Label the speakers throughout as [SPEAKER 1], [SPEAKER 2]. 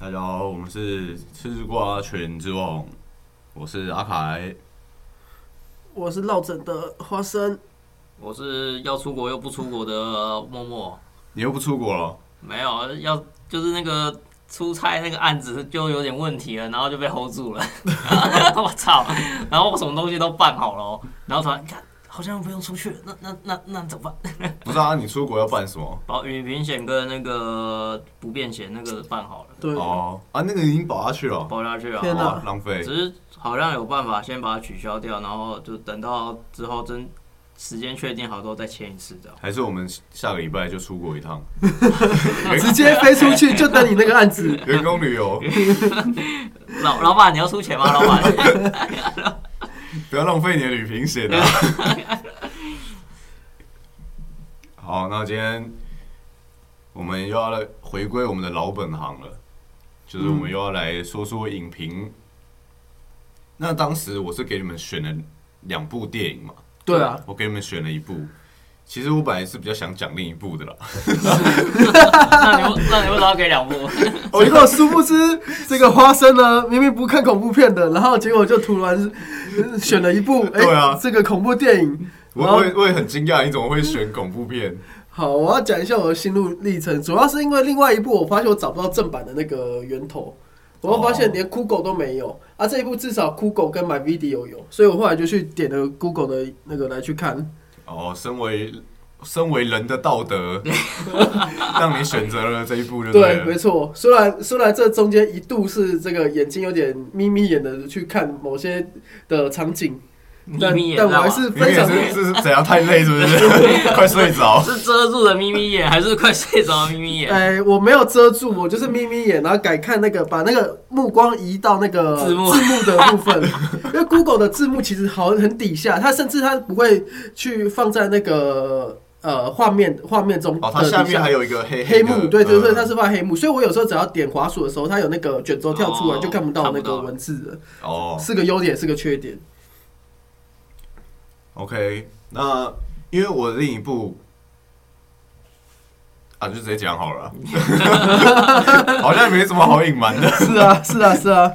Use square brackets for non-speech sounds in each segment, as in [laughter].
[SPEAKER 1] 大家好，我们是吃瓜群之王，我是阿凯。
[SPEAKER 2] 我是落枕的花生，
[SPEAKER 3] 我是要出国又不出国的默默，
[SPEAKER 1] 你又不出国了？
[SPEAKER 3] 没有要就是那个出差那个案子就有点问题了，然后就被 hold 住了。 [laughs] 我操！然后我什么东西都办好了哦，然后突然看好像不用出去了，那那那那怎么办？
[SPEAKER 1] 不是啊，你出国要办什么？
[SPEAKER 3] 保旅行险跟那个不便险那个办好了，
[SPEAKER 2] 对，
[SPEAKER 1] 哦啊，那个已经保下去了，
[SPEAKER 3] 包下去啊。
[SPEAKER 2] 天哪
[SPEAKER 1] 哇，浪费。
[SPEAKER 3] 只是好像有办法先把它取消掉，然后就等到之后真时间确定好之后再签一次这样。
[SPEAKER 1] 还是我们下个礼拜就出国一趟，
[SPEAKER 2] 直接飞出去就等你那个案 [laughs] 子。
[SPEAKER 1] 员工旅游，
[SPEAKER 3] 老老板你要出钱吗？老板，
[SPEAKER 1] 不要浪费你的旅行险啊。 [laughs] 好，那今天我们又要来回归我们的老本行了，就是我们又要来说说影评。那当时我是给你们选了两部电影嘛，
[SPEAKER 2] 对啊，
[SPEAKER 1] 我给你们选了一部。其实我本来是比较想讲另一部的啦，
[SPEAKER 3] 那你为那你为什么要给两部？
[SPEAKER 2] 结果哦殊不知这个花生呢，明明不看恐怖片的，然后结果就突然呃选了一 [laughs] 部，哎、
[SPEAKER 1] 对啊
[SPEAKER 2] 这个恐怖电影。
[SPEAKER 1] 我
[SPEAKER 2] 然后
[SPEAKER 1] 我也我也很惊讶，你怎么会选恐怖片？ [laughs]
[SPEAKER 2] 好，我要讲一下我的心路历程，主要是因为另外一部我发现我找不到正版的那个源头，我又发现连 Google 都没有，啊，这一部至少 Google 跟 My Video 有，所以我后来就去点了 Google 的那个来去看。
[SPEAKER 1] 哦，身为身为人的道德，
[SPEAKER 2] [laughs]
[SPEAKER 1] 让你选择了这一部就
[SPEAKER 2] 对，
[SPEAKER 1] 了。
[SPEAKER 2] 没错。虽然虽然这中间一度是这个眼睛有点眯眯眼的去看某些的场景，
[SPEAKER 3] 眯
[SPEAKER 2] 但
[SPEAKER 3] 眯眼，
[SPEAKER 2] 但我还
[SPEAKER 3] 知
[SPEAKER 2] [laughs]
[SPEAKER 3] 道吗
[SPEAKER 1] 你
[SPEAKER 2] 是
[SPEAKER 1] 们
[SPEAKER 2] 非
[SPEAKER 1] 也
[SPEAKER 2] 常
[SPEAKER 1] 是这是怎样太累是不是？快睡着。
[SPEAKER 3] [laughs] 是遮住了眯眯眼，还是快睡着的眯眯眼？
[SPEAKER 2] 哎，我没有遮住，我就是眯眯眼，然后改看那个，把那个目光移到那个
[SPEAKER 3] 字幕
[SPEAKER 2] 的部分，
[SPEAKER 3] [laughs]
[SPEAKER 2] 因为 Google 的字幕其实好很底下，它甚至它不会去放在那个呃画面画面中
[SPEAKER 1] 哦，
[SPEAKER 2] 的
[SPEAKER 1] 它
[SPEAKER 2] 底
[SPEAKER 1] 下
[SPEAKER 2] 下。
[SPEAKER 1] 面还有一个黑
[SPEAKER 2] 黑幕，对对对，
[SPEAKER 1] 嗯
[SPEAKER 2] 它是放黑幕，所以我有时候只要点滑鼠的时候，它有那个卷轴跳出来，
[SPEAKER 3] 哦
[SPEAKER 2] 就看不到那
[SPEAKER 3] 看不
[SPEAKER 2] 个
[SPEAKER 3] 到
[SPEAKER 2] 文字了，
[SPEAKER 1] 哦
[SPEAKER 2] 是个优点，是个缺点。
[SPEAKER 1] ，OK。那因为我另一部啊，就直接讲好了， [laughs] 好像也没什么好隐瞒的。
[SPEAKER 2] 是啊，是啊，是啊，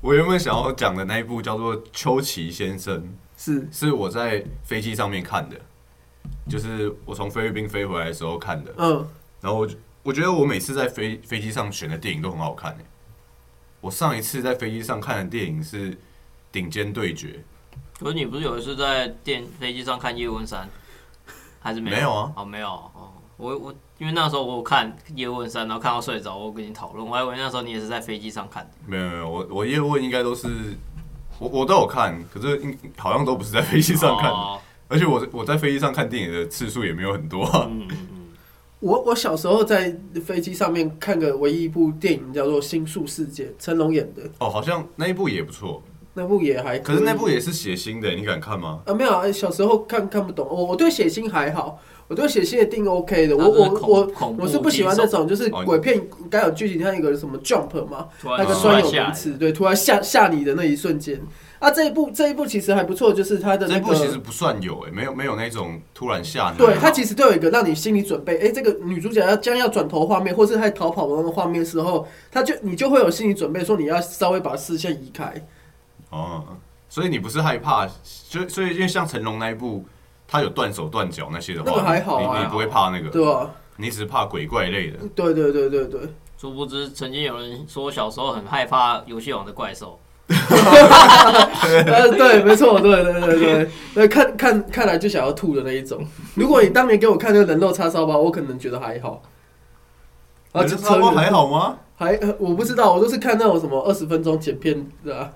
[SPEAKER 1] 我原本想要讲的那一部叫做《秋崎先生》，
[SPEAKER 2] [laughs] 是
[SPEAKER 1] 是我在飞机上面看的，就是我从菲律宾飞回来的时候看的。
[SPEAKER 2] 嗯，
[SPEAKER 1] 然后我就我觉得我每次在飞飞机上选的电影都很好看诶、欸我上一次在飞机上看的电影是《顶尖对决
[SPEAKER 3] 可是你不是有一次在电飞机上看叶问三，还是没有？
[SPEAKER 1] 没有啊？
[SPEAKER 3] 哦，没有哦。我我因为那时候我有看叶问三，然后看到睡着，我跟你讨论，我还以为那时候你也是在飞机上看的。》。
[SPEAKER 1] 没有没有，我我叶问应该都是我我都有看，可是应好像都不是在飞机上看，
[SPEAKER 3] 哦
[SPEAKER 1] 而且我我在飞机上看电影的次数也没有很多、啊。
[SPEAKER 3] 嗯嗯嗯，
[SPEAKER 2] 我我小时候在飞机上面看个唯一一部电影叫做《星宿世界》，成龙演的
[SPEAKER 1] 哦，好像那一部也不错，
[SPEAKER 2] 那部也还
[SPEAKER 1] 可是那
[SPEAKER 2] 以
[SPEAKER 1] 部也是血腥的、你敢看吗？
[SPEAKER 2] 啊没有啊，小时候看看不懂。我我对血腥还好，我对血腥也定 OK 的。我
[SPEAKER 3] 它是
[SPEAKER 2] 我
[SPEAKER 3] 恐
[SPEAKER 2] 我
[SPEAKER 3] 恐怖
[SPEAKER 2] 我是不喜欢那种就是
[SPEAKER 1] 哦
[SPEAKER 2] 鬼片该有剧情，它有个什么 jump 嘛，
[SPEAKER 3] 突然
[SPEAKER 2] 那个
[SPEAKER 1] 突
[SPEAKER 2] 酸
[SPEAKER 1] 然
[SPEAKER 2] 有
[SPEAKER 3] 下
[SPEAKER 2] 名
[SPEAKER 3] 来
[SPEAKER 2] 词，对，突然吓吓你的那一瞬间。啊，这一部这一部其实还不错，就是它的
[SPEAKER 1] 这
[SPEAKER 2] 那
[SPEAKER 1] 一部其实
[SPEAKER 2] 个。
[SPEAKER 1] 不算有欸诶、没有没有那种突然吓你的。
[SPEAKER 2] 对，它其实都有一个让你心理准备，哎、这个女主角要将要转头画面，或是她逃跑的那个画面时候，她就你就会有心理准备，说你要稍微把视线移开。
[SPEAKER 1] 哦，所以你不是害怕，所以所以因为像成龙那一部，他有断手断脚那些的话，
[SPEAKER 2] 那个还好啊
[SPEAKER 1] 你你不会怕那个，
[SPEAKER 2] 对吧？
[SPEAKER 1] 你只是怕鬼怪类的。
[SPEAKER 2] 对对对对 [laughs] 对，
[SPEAKER 3] 殊不知曾经有人说小时候很害怕游戏王的怪兽，
[SPEAKER 2] 呃，对，没错，对对
[SPEAKER 1] [laughs]
[SPEAKER 2] 对对，那看看看来就想要吐的那一种。如果你当年给我看那个人肉叉烧包，我可能觉得还好。
[SPEAKER 1] 可
[SPEAKER 2] 啊，这
[SPEAKER 1] 是差不多还好吗？
[SPEAKER 2] 还呃我不知道，我都是看那种什么二十分钟剪片的、啊，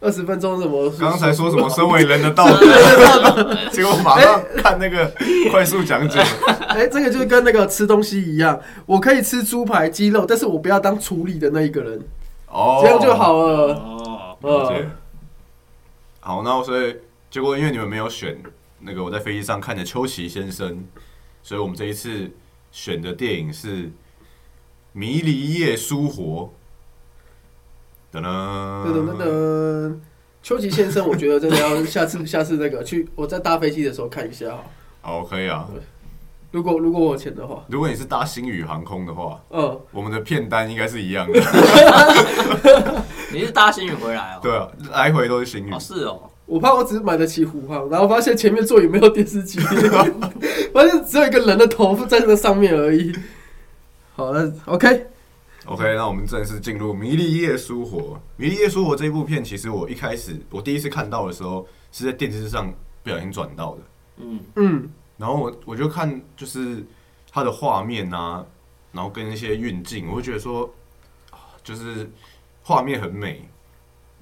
[SPEAKER 2] 二十分钟什么。
[SPEAKER 1] 刚才说什么身为人的道
[SPEAKER 3] 真
[SPEAKER 1] 德，
[SPEAKER 3] 的真的
[SPEAKER 2] [laughs]
[SPEAKER 1] 结果马上看那个快速讲解，
[SPEAKER 2] 哎、这个就跟那个吃东西一样，我可以吃猪排、鸡肉，但是我不要当处理的那一个人，
[SPEAKER 1] 哦，
[SPEAKER 2] 这样就。好了。
[SPEAKER 3] 哦，
[SPEAKER 1] 了解
[SPEAKER 2] 呃，。
[SPEAKER 1] 好，那所以结果因为你们没有选那个我在飞机上看的秋崎先生，所以我们这一次选的电影是《迷离夜书活》。噔
[SPEAKER 2] 噔噔噔
[SPEAKER 1] 噔，
[SPEAKER 2] 噔，秋吉先生，我觉得 [laughs] 真的要下次下次那个去，我在搭飞机的时候看一下好了。
[SPEAKER 1] 好，可以啊
[SPEAKER 2] 对。如果如果我有钱的话，
[SPEAKER 1] 如果你是搭星宇航空的话，
[SPEAKER 2] 嗯，
[SPEAKER 1] 我们的片单应该是一
[SPEAKER 2] 啊
[SPEAKER 1] 样的，
[SPEAKER 3] 你是搭新宇回来哦？
[SPEAKER 1] 对啊，来回都是星宇
[SPEAKER 3] 哦，。是哦，
[SPEAKER 2] 我怕我只是买得起虎航，然后发现前面座椅没有电视机， [laughs] 发现只有一个人的头在那上面而已。好了，OK，
[SPEAKER 1] OK，那我们正式进入《迷离夜书活》。《迷离夜书活》这部片，其实我一开始我第一次看到的时候是在电视上不小心转到的，
[SPEAKER 3] 嗯，
[SPEAKER 2] 嗯，
[SPEAKER 1] 然后我我就看就是它的画面啊，然后跟一些运镜，我会觉得说，啊就是画面很美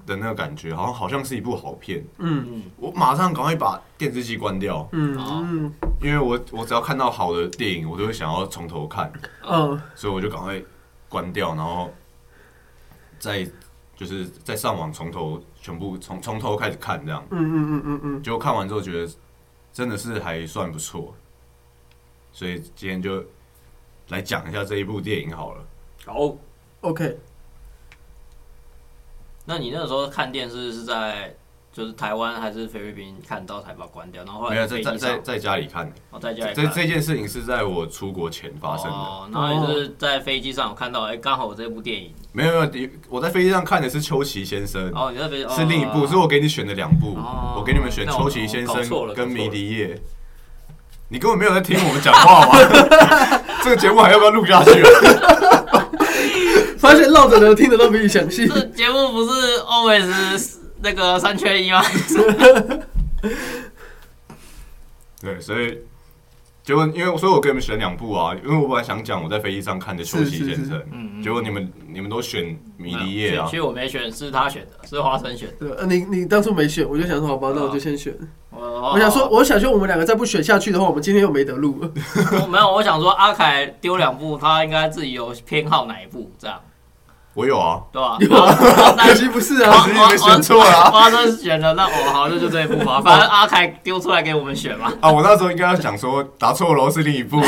[SPEAKER 1] 的那个感觉，好像好像是一部好片。
[SPEAKER 2] 嗯
[SPEAKER 3] 嗯，
[SPEAKER 1] 我马上赶快把电视机关掉，
[SPEAKER 2] 嗯
[SPEAKER 3] 好
[SPEAKER 2] 嗯
[SPEAKER 1] 因为我我只要看到好的电影，我都会想要从头看。
[SPEAKER 2] 嗯，
[SPEAKER 1] 所以我就赶快关掉，然后再就是再上网从头全部从从头开始看，这样
[SPEAKER 2] 嗯嗯嗯嗯嗯，
[SPEAKER 1] 结果看完之后觉得真的是还算不错，所以今天就来讲一下这一部电影好了。
[SPEAKER 3] 好。
[SPEAKER 2] OK，
[SPEAKER 3] 那你那时候看电视是在就是台湾还是菲律宾看到才把它关掉，然后后
[SPEAKER 1] 没
[SPEAKER 3] 来
[SPEAKER 1] 有
[SPEAKER 3] 在
[SPEAKER 1] 在在
[SPEAKER 3] 飞机
[SPEAKER 1] 在
[SPEAKER 3] 上，
[SPEAKER 1] 在家里看，
[SPEAKER 3] 我在家里
[SPEAKER 1] 这
[SPEAKER 3] 看
[SPEAKER 1] 这件事情是在我出国前发生的。
[SPEAKER 3] 哦，然后也是在飞机上有看到，哎，刚好有这部电影，
[SPEAKER 1] 没有没有你，我在飞机上看的是秋崎先生，
[SPEAKER 3] 哦，你在飞机
[SPEAKER 1] 是另一部，是我给你选的两部，
[SPEAKER 3] 哦
[SPEAKER 1] 我给你们选
[SPEAKER 3] 那我
[SPEAKER 1] 秋崎先
[SPEAKER 3] 搞错
[SPEAKER 1] 生
[SPEAKER 3] 了
[SPEAKER 1] 跟
[SPEAKER 3] 搞错了
[SPEAKER 1] 迷离夜。你根本没有在听我们讲话吧？ [laughs] 这个节目还要不要录下去啊？
[SPEAKER 2] 发现绕着流听的都比你详细。
[SPEAKER 3] 这节目不是 always 那个三缺一吗？
[SPEAKER 1] 对，所以结果因为所以我给你们选两部啊，因为我本来想讲我在飞机上看的秋崎
[SPEAKER 2] 是
[SPEAKER 1] 先
[SPEAKER 2] 是
[SPEAKER 1] 生，
[SPEAKER 3] 嗯嗯
[SPEAKER 1] 结果你们你们都选迷离夜啊
[SPEAKER 3] 其，实我没选，是他选的，是花生选的。
[SPEAKER 2] 对，呃你你当初没选，我就想说，好吧，那我就先选。
[SPEAKER 3] 我哦
[SPEAKER 2] 我想说，，我想说，我们两个再不选下去的话，我们今天又没得录了。
[SPEAKER 3] 我没有，我想说阿凯丢两部，他应该自己有偏好哪一部，这样
[SPEAKER 1] 我有啊，
[SPEAKER 3] 对
[SPEAKER 1] [laughs]
[SPEAKER 3] 吧？
[SPEAKER 2] 有啊
[SPEAKER 3] [laughs]
[SPEAKER 2] 可惜不是啊，
[SPEAKER 1] 可惜你们选错了啊
[SPEAKER 3] 花生选了，那我好，那就这一部吧。反正阿凯丢出来给我们选嘛。
[SPEAKER 1] 啊！我那时候应该要讲说答错了是另一
[SPEAKER 3] [laughs]
[SPEAKER 1] 部，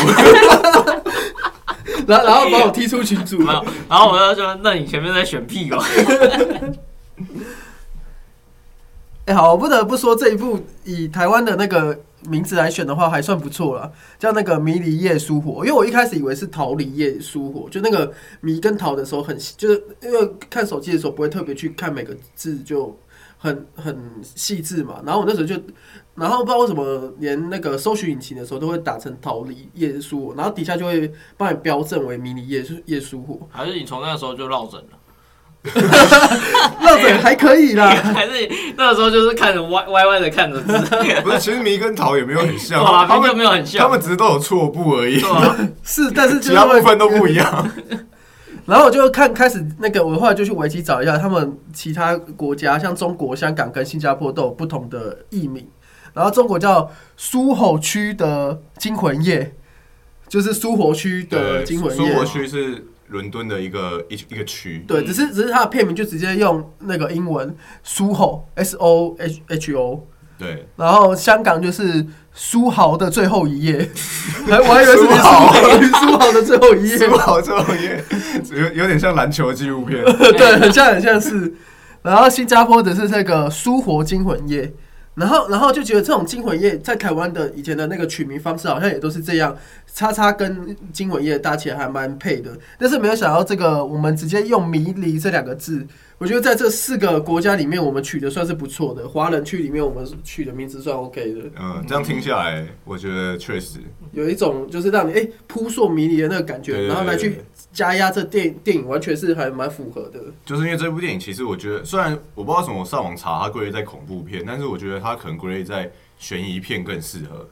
[SPEAKER 2] [laughs] 然后然后 [laughs] 把我踢出群组。
[SPEAKER 3] 没有，然后我就说，那你前面在选屁哦。
[SPEAKER 2] 哎、好，我不得不说这一部以台湾的那个名字来选的话，还算不错了，叫那个《迷离夜疏火》。因为我一开始以为是《逃离夜疏火》，就那个迷跟逃的时候很，就是因为看手机的时候不会特别去看每个字，就很很细致嘛。然后我那时候就，然后不知道为什么连那个搜寻引擎的时候都会打成《逃离夜疏火》，然后底下就会帮你标正为《迷离夜疏夜疏火
[SPEAKER 3] 还是你从那时候就落枕了？》，
[SPEAKER 2] 那嘴还可以啦。
[SPEAKER 3] 还是你那时候就是看着歪歪歪的看着字，
[SPEAKER 1] 不是？其实迷跟桃也没有很像，
[SPEAKER 3] 对啊
[SPEAKER 1] 他
[SPEAKER 3] 明明就
[SPEAKER 1] 们
[SPEAKER 3] 没有很
[SPEAKER 1] 他
[SPEAKER 3] 像，
[SPEAKER 1] 们只是都有错步而已
[SPEAKER 3] 对，啊，
[SPEAKER 2] 是，但是就
[SPEAKER 1] [laughs] 其
[SPEAKER 2] 是
[SPEAKER 1] 他
[SPEAKER 2] 会
[SPEAKER 1] 部分都不一样。
[SPEAKER 2] 然后我就看开始那个，我后来就去维基找一下，他们其他国家像中国、香港跟新加坡都有不同的译名。然后中国叫苏吼区的惊魂夜，就是苏活区的惊魂
[SPEAKER 1] 苏
[SPEAKER 2] 夜啊
[SPEAKER 1] 活。区是伦敦的一个一一个区，
[SPEAKER 2] 对，只是只是它的片名就直接用那个英文苏吼 S O H H O，
[SPEAKER 1] 对，
[SPEAKER 2] 然后香港就是苏豪的最后
[SPEAKER 1] [laughs]
[SPEAKER 2] 一夜，还我还以为是
[SPEAKER 1] 苏豪
[SPEAKER 2] [laughs] 苏苏豪的最后
[SPEAKER 1] [laughs]
[SPEAKER 2] 一夜，
[SPEAKER 1] 苏豪这种也有有点像篮球纪录片，
[SPEAKER 2] [laughs] 对，很像很像是。然后新加坡的是这个苏活惊魂夜，然后然后就觉得这种惊魂夜在台湾的以前的那个取名方式好像也都是这样，叉叉跟惊魂夜搭起来还蛮配的。但是没有想到这个我们直接用迷离这两个字，我觉得在这四个国家里面我们取的算是不错的，华人区里面我们取的名字算 OK 的，
[SPEAKER 1] 嗯，这样听下来，我觉得确实，
[SPEAKER 2] 有一种就是让你哎扑朔迷离的那个感
[SPEAKER 1] 对
[SPEAKER 2] 觉，
[SPEAKER 1] 对
[SPEAKER 2] 然后来
[SPEAKER 1] 对
[SPEAKER 2] 去加压这电电影，完全是还蛮符合的。
[SPEAKER 1] 就是因为这部电影，其实我觉得虽然我不知道为什么我上网查它归类在恐怖片，但是我觉得它可能归类在悬疑片更适合，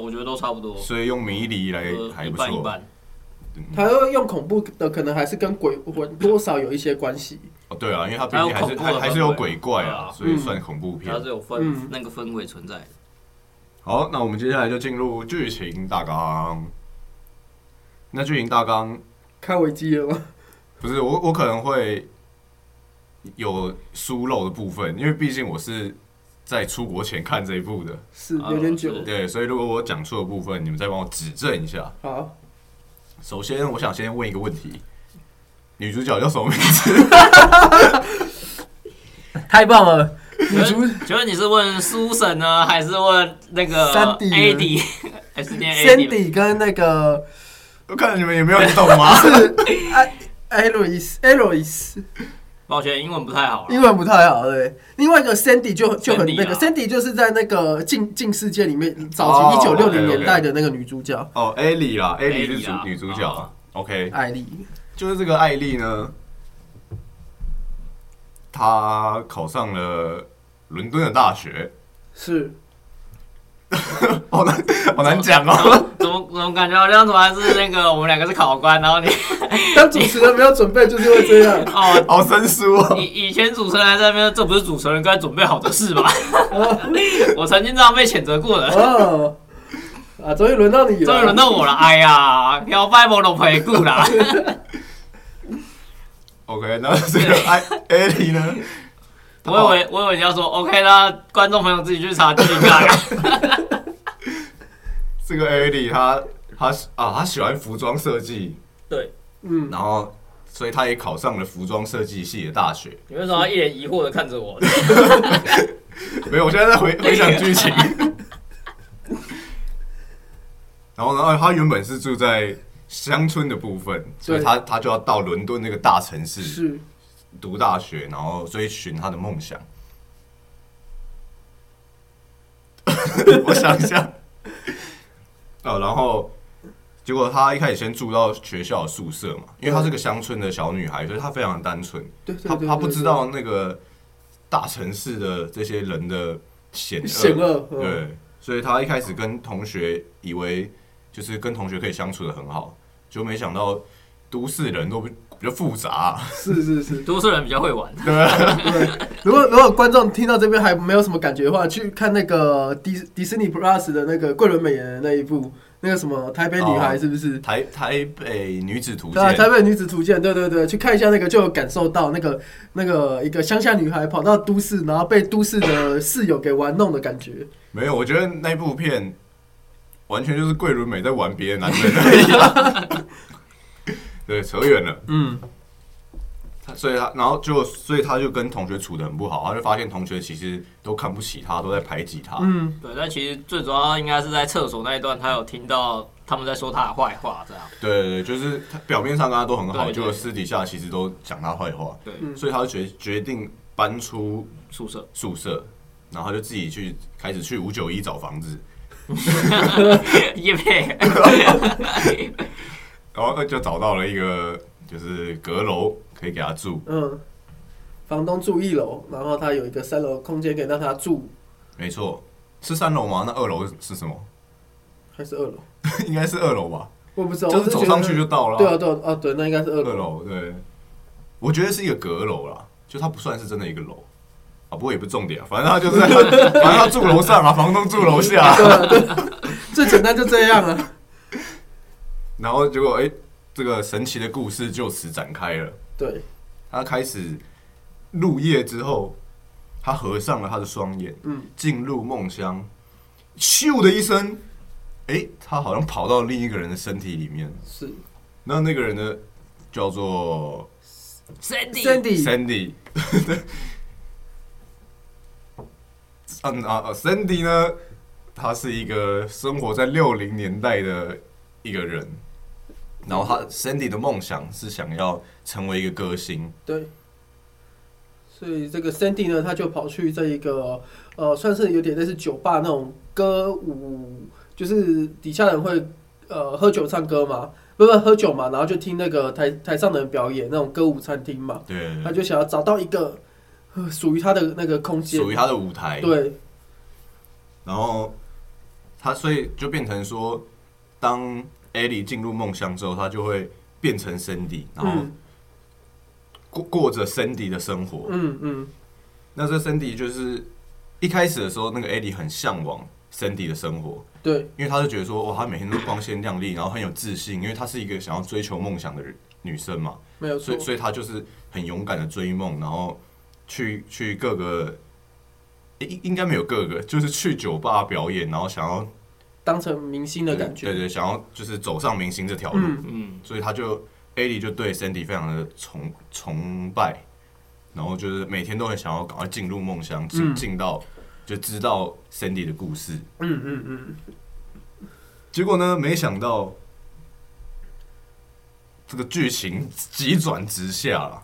[SPEAKER 3] 我觉得都差不多，
[SPEAKER 1] 所以用迷离来还
[SPEAKER 3] 哦呃一
[SPEAKER 1] 不
[SPEAKER 3] 半一
[SPEAKER 1] 错。
[SPEAKER 3] 半。
[SPEAKER 2] 他会用恐怖的，可能还是跟鬼魂多少有一些关系。
[SPEAKER 1] 哦，对啊，因为它毕竟还是
[SPEAKER 3] 还有恐怖的
[SPEAKER 1] 还还是有鬼怪
[SPEAKER 3] 氛围
[SPEAKER 1] 啊，
[SPEAKER 3] 啊
[SPEAKER 1] 所以算恐怖片
[SPEAKER 3] 它。是有氛、
[SPEAKER 2] 嗯
[SPEAKER 3] 那个氛围存在的。
[SPEAKER 1] 好，那我们接下来就进入剧情大纲。那剧情大纲
[SPEAKER 2] 开危机了吗？ [laughs]
[SPEAKER 1] 不是我，我可能会有疏漏的部分，因为毕竟我是在出国前看这一部的，
[SPEAKER 2] 是
[SPEAKER 3] 啊
[SPEAKER 2] 有点久。
[SPEAKER 3] 是
[SPEAKER 1] 对，所以如果我讲错的部分，你们再帮我指正一下。
[SPEAKER 2] 好，
[SPEAKER 1] 首先，我想先问一个问题：女主角叫什么名字？
[SPEAKER 2] 太棒了！女
[SPEAKER 3] 请问你是问苏婶呢，还是问那个
[SPEAKER 2] 三弟呢
[SPEAKER 3] AD 还是念 A 点
[SPEAKER 2] Sandy 跟那个
[SPEAKER 1] 我看你们有没有人懂 [laughs] 吗？
[SPEAKER 2] 艾艾洛伊斯，艾洛伊斯
[SPEAKER 3] 抱歉，英文不太好了。
[SPEAKER 2] 英文不太好，对。另外一个 Sandy 就就很那个
[SPEAKER 3] Sandy 啊
[SPEAKER 2] ，Sandy 就是在那个《近近世界》里面早期一九
[SPEAKER 1] 哦
[SPEAKER 2] 六
[SPEAKER 1] ，OK，OK
[SPEAKER 2] 零年代的那个女主角
[SPEAKER 1] 哦，Ellie 啦
[SPEAKER 3] Ellie
[SPEAKER 1] ，Ellie 是主
[SPEAKER 3] 啦
[SPEAKER 1] 女主角
[SPEAKER 3] 哦
[SPEAKER 1] 啊。OK，
[SPEAKER 2] 艾丽。
[SPEAKER 1] 就是这个艾丽呢，她考上了伦敦的大学，
[SPEAKER 3] [laughs]
[SPEAKER 2] 是，
[SPEAKER 1] 好难好难讲哦。
[SPEAKER 3] 怎么怎么感觉好像怎么还是那个我们两个是考官，然后 [laughs] 你。
[SPEAKER 2] 当主持人没有准备就是会这样
[SPEAKER 3] 哦，
[SPEAKER 1] [laughs] 好生疏哦。
[SPEAKER 3] 以以前主持人还在那边，这不是主持人该准备好的事吧？哦 [laughs] 我曾经这样被谴责过的，
[SPEAKER 2] 哦，啊，终于轮到你了，
[SPEAKER 3] 终于轮到我了。哎呀，要拜我都回顾 [laughs] 啦。
[SPEAKER 1] OK，那这个艾艾莉呢？
[SPEAKER 3] 我以为我以为你要说 OK 啦，观众朋友自己去查自己看。
[SPEAKER 1] 这个艾莉她她啊，她喜欢服装设计，
[SPEAKER 3] 对，
[SPEAKER 2] 嗯，
[SPEAKER 1] 然后所以她也考上了服装设计系的大学。
[SPEAKER 3] 你为什么要一脸疑惑的看着我？
[SPEAKER 1] [laughs] 没有，我现在在回回想剧情。 [laughs] 然后呢，呃他原本是住在乡村的部分，所以
[SPEAKER 2] 对
[SPEAKER 1] 他他就要到伦敦那个大城市
[SPEAKER 2] 是
[SPEAKER 1] 读大学，然后追寻他的梦想。 [laughs] 我想一下，哦，然后结果他一开始先住到学校的宿舍嘛，因为她是个乡村的小女孩，所以她非常单纯，
[SPEAKER 2] 对对
[SPEAKER 1] 她
[SPEAKER 2] 对，
[SPEAKER 1] 她
[SPEAKER 2] 对
[SPEAKER 1] 不知道那个大城市的这些人的险恶，
[SPEAKER 2] 险恶，嗯
[SPEAKER 1] 呃对，所以他一开始跟同学以为就是跟同学可以相处的很好，就没想到都市人都比比较复杂、 [laughs]
[SPEAKER 2] 是是是。
[SPEAKER 3] 都市人比较会玩，
[SPEAKER 2] 对，如果如果观众听到这边还没有什么感觉的话，去看那个迪迪士尼 Plus 的那个桂纶镁演的那一部，那个什么台北女孩
[SPEAKER 1] 哦
[SPEAKER 2] 是不是？
[SPEAKER 1] 台台北女子图
[SPEAKER 2] 对啊，
[SPEAKER 1] 鉴，
[SPEAKER 2] 台北女子图鉴，对对对，去看一下那个就有感受到那个那个一个乡下女孩跑到都市，然后被都市的室友给玩弄的感觉。
[SPEAKER 1] 没有，我觉得那部片完全就是桂纶镁在玩别的男人而已、啊。 [laughs] 对，扯远了。
[SPEAKER 2] 嗯，
[SPEAKER 1] 他所以他，然后就，所以他就跟同学处的很不好，他就发现同学其实都看不起他，都在排挤他。
[SPEAKER 2] 嗯，
[SPEAKER 3] 对，但其实最主要应该是在厕所那一段，他有听到他们在说他的坏话，这样。
[SPEAKER 1] 对对对，就是他表面上跟他都很好，
[SPEAKER 3] 对对
[SPEAKER 1] 结果私底下其实都讲他坏话。
[SPEAKER 3] 对，
[SPEAKER 2] 嗯
[SPEAKER 1] 所以他就决决定搬出
[SPEAKER 3] 宿 [laughs] 舍
[SPEAKER 1] 宿舍，然后他就自己去开始去五九一找房子，
[SPEAKER 3] 叶佩， [laughs]
[SPEAKER 1] 然后呃就找到了一个就是阁楼可以给他住，
[SPEAKER 2] 嗯，房东住一楼，然后他有一个三楼空间可以让他住，
[SPEAKER 1] 没错，是三楼吗？那二楼是什么？ [laughs]
[SPEAKER 2] 还是二楼？
[SPEAKER 1] 应该是二楼吧，
[SPEAKER 2] 我不知道，
[SPEAKER 1] 就
[SPEAKER 2] 我
[SPEAKER 1] 是
[SPEAKER 2] 只
[SPEAKER 1] 走
[SPEAKER 2] 觉得
[SPEAKER 1] 上去就到了。
[SPEAKER 2] 对啊，对啊，啊对，那应该是二
[SPEAKER 1] 二
[SPEAKER 2] 楼。
[SPEAKER 1] 楼对，我觉得是一个阁楼啦，就它不算是真的一个楼啊，不过也不是重点啊，反正他就是在， [laughs] 反正他住楼上啊，房东住楼下啊、
[SPEAKER 2] [laughs] 最简单就这样啊。
[SPEAKER 1] 然后结果哎、这个神奇的故事就此展开了。
[SPEAKER 2] 对，
[SPEAKER 1] 他开始入夜之后，他合上了他的双眼，
[SPEAKER 2] 嗯
[SPEAKER 1] 进入梦乡，咻的一声，哎、他好像跑到另一个人的身体里面。
[SPEAKER 2] 是
[SPEAKER 1] 那那个人呢，叫做
[SPEAKER 3] Sandy，
[SPEAKER 2] Sandy，
[SPEAKER 1] Sandy。嗯啊啊，Sandy 呢，他是一个生活在六零年代的一个人，然后他 Sandy 的梦想是想要成为一个歌星，
[SPEAKER 2] 对。所以这个 Sandy 呢，他就跑去这一个呃，算是有点类似酒吧那种歌舞，就是底下人会呃喝酒唱歌嘛，不不喝酒嘛，然后就听那个台台上的人表演那种歌舞餐厅嘛，
[SPEAKER 1] 对对对
[SPEAKER 2] 他就想要找到一个呃属于他的那个空间
[SPEAKER 1] 属，于他的舞台。，
[SPEAKER 2] 对，
[SPEAKER 1] 然后他所以就变成说，当艾莉进入梦乡之后，他就会变成 Cindy，然后
[SPEAKER 2] 嗯
[SPEAKER 1] 过过着 Cindy 的生活。
[SPEAKER 2] 嗯嗯，
[SPEAKER 1] 那这 Cindy 就是一开始的时候，那个艾莉很向往 Cindy 的生活，
[SPEAKER 2] 对，
[SPEAKER 1] 因为他就觉得说，哇，他每天都光鲜亮丽，然后很有自信，因为她是一个想要追求梦想的人女生嘛，
[SPEAKER 2] 没有
[SPEAKER 1] 所
[SPEAKER 2] 错
[SPEAKER 1] 以，所以她就是很勇敢的追梦，然后去去各个。诶应应该没有各个，就是去酒吧表演，然后想要
[SPEAKER 2] 当成明星的感觉，
[SPEAKER 1] 对对，想要就是走上明星这条路，
[SPEAKER 2] 嗯，
[SPEAKER 3] 嗯，
[SPEAKER 1] 所以他就 A 莉就对 Sandy 非常的崇崇拜，然后就是每天都很想要赶快进入梦乡，进
[SPEAKER 2] 嗯
[SPEAKER 1] 进到就知道 Sandy 的故事。
[SPEAKER 2] 嗯嗯嗯，
[SPEAKER 1] 结果呢，没想到这个剧情急转直下了。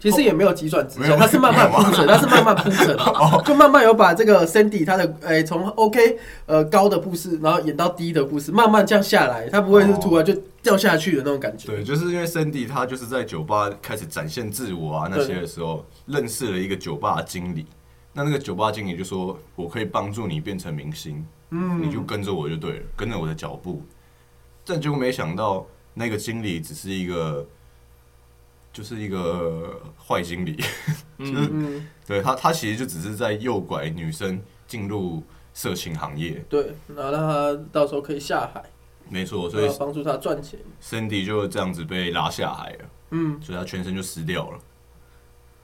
[SPEAKER 2] 其实也没有急转直
[SPEAKER 1] 哦没
[SPEAKER 2] 下，
[SPEAKER 1] 有哦
[SPEAKER 2] 它是慢慢铺陈，它是慢慢铺陈，
[SPEAKER 1] [laughs]
[SPEAKER 2] 就慢慢有把这个 Sandy 他的诶从 OK 呃高的故事，然后演到低的故事，慢慢这样下来，他不会是突然就掉下去的那种感觉。
[SPEAKER 1] 对，就是因为 Sandy 他就是在酒吧开始展现自我啊那些的时候，认识了一个酒吧经理。那那个酒吧经理就说：“我可以帮助你变成明星，你就跟着我就对了，跟着我的脚步。”但结果没想到，那个经理只是一个，就是一个坏经理， [laughs] 就是
[SPEAKER 2] 嗯，
[SPEAKER 1] 对他，他其实就只是在诱拐女生进入色情行业。
[SPEAKER 2] 对，然后让他到时候可以下海，
[SPEAKER 1] 没错，所
[SPEAKER 2] 然
[SPEAKER 1] 以
[SPEAKER 2] 后帮助他赚钱。
[SPEAKER 1] Sandy 就这样子被拉下海了，
[SPEAKER 2] 嗯，
[SPEAKER 1] 所以他全身就湿掉了。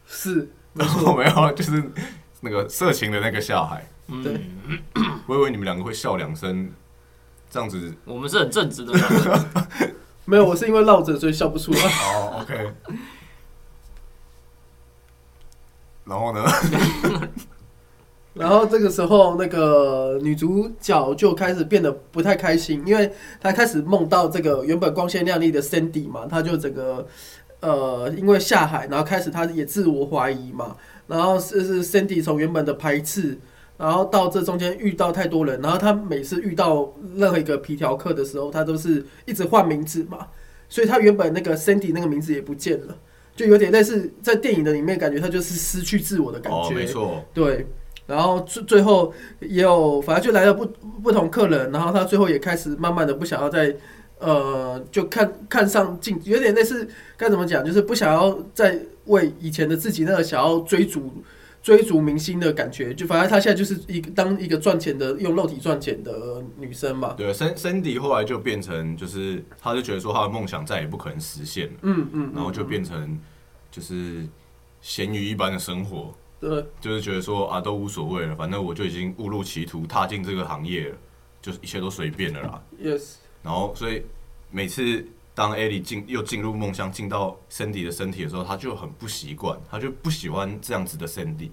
[SPEAKER 2] 是，
[SPEAKER 1] 然后 [laughs] 没有，就是那个色情的那个下海。
[SPEAKER 2] 对
[SPEAKER 3] 嗯，
[SPEAKER 1] [coughs] 我以为你们两个会笑两声，这样子。
[SPEAKER 3] 我们是很正直的人， [laughs]
[SPEAKER 2] 没有，我是因为落枕所以笑不出来。
[SPEAKER 1] 哦，OK。然后呢？
[SPEAKER 2] 然后这个时候，那个女主角就开始变得不太开心，因为她开始梦到这个原本光鲜亮丽的 Sandy 嘛，她就整个呃，因为下海，然后开始她也自我怀疑嘛，然后是是 Sandy 从原本的排斥，然后到这中间遇到太多人，然后她每次遇到任何一个皮条客的时候，她都是一直换名字嘛，所以她原本那个 Sandy 那个名字也不见了，就有点类似在电影的里面感觉她就是失去自我的感觉，
[SPEAKER 1] 哦，没错，
[SPEAKER 2] 对，然后最最后也有，反正就来了不不同客人，然后他最后也开始慢慢的不想要再，呃，就看看上进，有点类似该怎么讲，就是不想要再为以前的自己那个想要追逐追逐明星的感觉，就反正他现在就是一个当一个赚钱的用肉体赚钱的女生嘛，
[SPEAKER 1] 对，San Sandy 后来就变成，就是他就觉得说他的梦想再也不可能实现了，
[SPEAKER 2] 嗯嗯，
[SPEAKER 1] 然后就变成就是咸鱼一般的生活，
[SPEAKER 2] 对
[SPEAKER 1] 就是觉得说啊都无所谓了，反正我就已经误入歧途，踏进这个行业了，就是一切都随便了啦。
[SPEAKER 2] ，yes，
[SPEAKER 1] 然后所以每次当艾莉进又进入梦乡，进到 Sandy 的身体的时候，他就很不习惯，他就不喜欢这样子的 Sandy。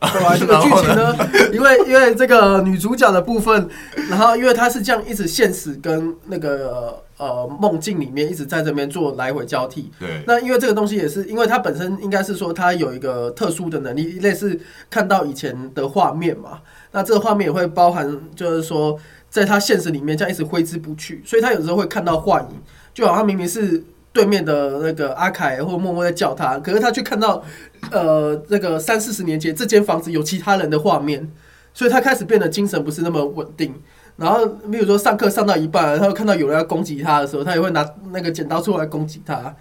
[SPEAKER 2] 对吧？这个剧情呢，因为因为这个女主角的部分，然后因为她是这样一直现实跟那个呃梦境里面一直在这边做来回交替。
[SPEAKER 1] 对，
[SPEAKER 2] 那因为这个东西也是，因为她本身应该是说她有一个特殊的能力，类似看到以前的画面嘛。那这个画面也会包含，就是说在她现实里面这样一直挥之不去，所以她有时候会看到幻影，就好像明明是对面的那个阿凯或默默在叫他，可是他却看到呃那个三四十年前这间房子有其他人的画面，所以他开始变得精神不是那么稳定。然后，比如说上课上到一半，他会看到有人要攻击他的时候，他也会拿那个剪刀出来攻击他，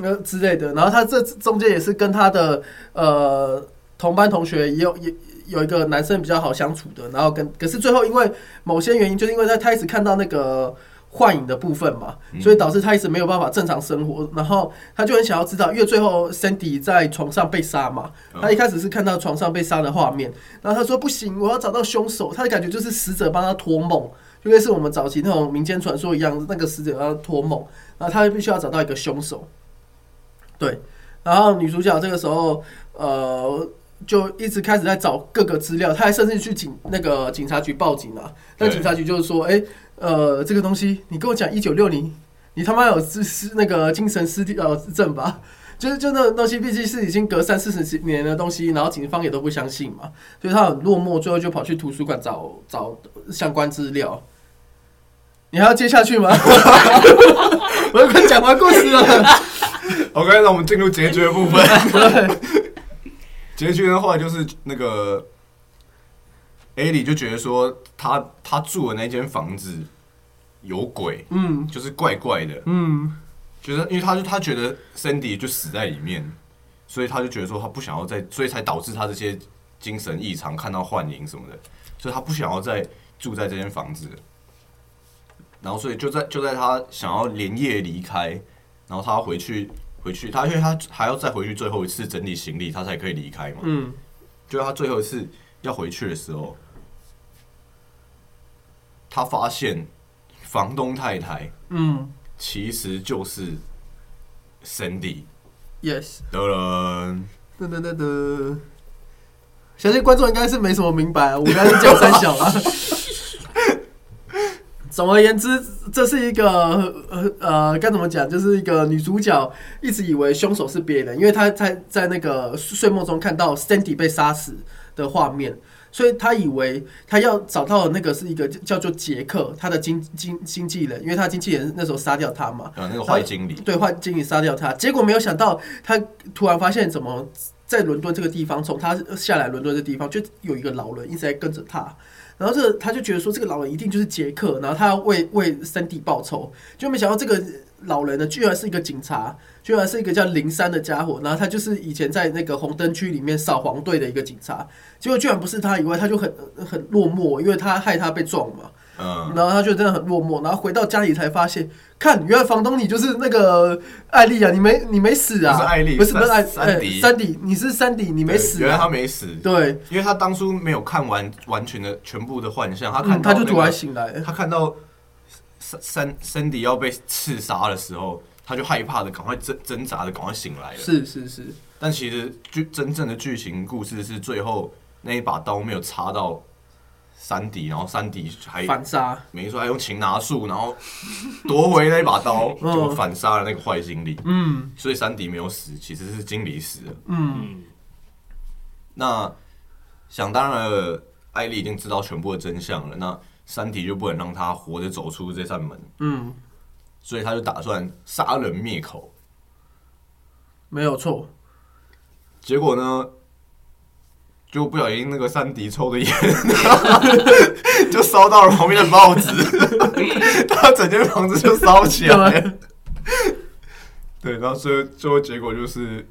[SPEAKER 2] 呃之类的。然后他这中间也是跟他的呃同班同学也有也有一个男生比较好相处的，然后跟可是最后因为某些原因，就是因为他他一直看到那个幻影的部分嘛，所以导致他一直没有办法正常生活，然后他就很想要知道，因为最后 Sandy 在床上被杀嘛，
[SPEAKER 1] 嗯
[SPEAKER 2] 他一开始是看到床上被杀的画面，然后他说不行，我要找到凶手，他的感觉就是死者帮他托梦，就类似我们早期那种民间传说一样，那个死者要托梦，然后他必须要找到一个凶手，对，然后女主角这个时候呃。就一直开始在找各个资料，她还甚至去警那个警察局报警啊，但
[SPEAKER 1] 对
[SPEAKER 2] 警察局就是说，哎、呃，这个东西你跟我讲一九六零，你他妈有失失那个精神失调呃症吧？ [laughs] 就是就那种东西，毕竟是已经隔三四十年的东西，然后警方也都不相信嘛，所以他很落寞，最后就跑去图书馆找找相关资料。你还要接下去吗？ [laughs] 我要快讲完故事了。
[SPEAKER 1] OK，那我们进入结局的部分。 [laughs] 结局的话就是那个艾莉就觉得说他他住的那间房子有鬼，
[SPEAKER 2] 嗯
[SPEAKER 1] 就是怪怪的，
[SPEAKER 2] 嗯，
[SPEAKER 1] 就是因为他就他觉得 Sandy 就死在里面，所以他就觉得说他不想要再，所以才导致他这些精神异常，看到幻影什么的，所以他不想要再住在这间房子。然后，所以就在就在他想要连夜离开，然后他要回去回去，他因为他还要再回去最后一次整理行李，他才可以离开嘛。
[SPEAKER 2] 嗯，
[SPEAKER 1] 就是他最后一次要回去的时候，他发现房东太太
[SPEAKER 2] 嗯
[SPEAKER 1] 其实就是 Sandy。
[SPEAKER 2] ，yes，
[SPEAKER 1] 噔噔，
[SPEAKER 2] 噔噔噔噔，相信观众应该是没什么明白，啊我刚才是讲三小了。 [laughs] 总而言之，这是一个呃呃该怎么讲，就是一个女主角一直以为凶手是别人，因为她在在那个睡梦中看到 Sandy 被杀死的画面，所以她以为她要找到的那个是一个叫做杰克，她的经经经纪人，因为她经纪人那时候杀掉她嘛，
[SPEAKER 1] 啊，那个坏经理，
[SPEAKER 2] 对，换经理杀掉他。结果没有想到，他突然发现怎么在伦敦这个地方，从他下来伦敦这地方，就有一个老人一直在跟着他。然后这个他就觉得说，这个老人一定就是杰克，然后他要为为森迪报仇。就没想到这个老人呢，居然是一个警察，居然是一个叫林山的家伙。然后他就是以前在那个红灯区里面扫黄队的一个警察。结果居然不是他以外，他就很很落寞，因为他害他被撞嘛。
[SPEAKER 1] 嗯，
[SPEAKER 2] 然后他就真的很落寞，然后回到家里才发现，看原来房东你就是那个艾丽啊，你没你没死啊，
[SPEAKER 1] 不是艾丽
[SPEAKER 2] 不是
[SPEAKER 1] 是
[SPEAKER 2] 不是艾
[SPEAKER 1] 山
[SPEAKER 2] 哎
[SPEAKER 1] 迪
[SPEAKER 2] 山迪，你是山迪，你没死
[SPEAKER 1] 对原来
[SPEAKER 2] 啊，
[SPEAKER 1] 他没死，
[SPEAKER 2] 对，
[SPEAKER 1] 因为他当初没有看完完全的全部的幻象，他看
[SPEAKER 2] 嗯，
[SPEAKER 1] 到那
[SPEAKER 2] 他就
[SPEAKER 1] 个
[SPEAKER 2] 突然醒来，
[SPEAKER 1] 他看到森森森迪要被刺杀的时候，他就害怕的赶快挣挣扎的赶快醒来了。
[SPEAKER 2] 是是是，
[SPEAKER 1] 但其实剧真正的剧情故事是最后那一把刀没有插到山迪，然后山迪还
[SPEAKER 2] 反杀，
[SPEAKER 1] 没错，还哎用擒拿术，然后夺回那把刀，
[SPEAKER 2] 嗯
[SPEAKER 1] 就反杀了那个坏经理。
[SPEAKER 2] 嗯
[SPEAKER 1] 所以山迪没有死，其实是经理死了。
[SPEAKER 2] 嗯，
[SPEAKER 3] 嗯，
[SPEAKER 1] 那想当然了，艾丽已经知道全部的真相了，那山迪就不能让他活着走出这扇门，
[SPEAKER 2] 嗯，
[SPEAKER 1] 所以他就打算杀人灭口。
[SPEAKER 2] 没有错， [laughs]
[SPEAKER 1] 结果呢，就不小心那个山迪抽的烟， [laughs] 就烧到了旁边的报纸，他整间房子就烧起来了。 [laughs] 对，然后最后最后结果就是，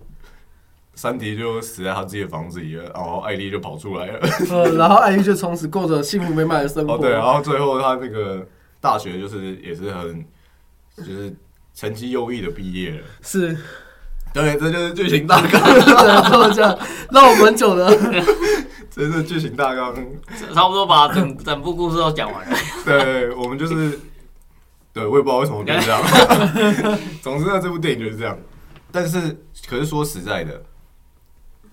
[SPEAKER 1] 山迪就死在他自己的房子里了，然后艾丽就跑出来了。
[SPEAKER 2] 呃，然后艾丽就从此过着幸福美满的生活，
[SPEAKER 1] 哦，对，然后最后他那个大学就是也是很就是成绩优异的毕业了。
[SPEAKER 2] 是， [laughs]
[SPEAKER 1] 对，这就是剧情大纲，
[SPEAKER 2] 对，就这样，让我们久了，
[SPEAKER 1] 这是剧情大纲。
[SPEAKER 3] 差不多把整整部故事都讲完了。 [laughs]
[SPEAKER 1] [laughs] 对，我们就是，对，我也不知道为什么变这样。总之呢，这部电影就是这样。但是，可是说实在的，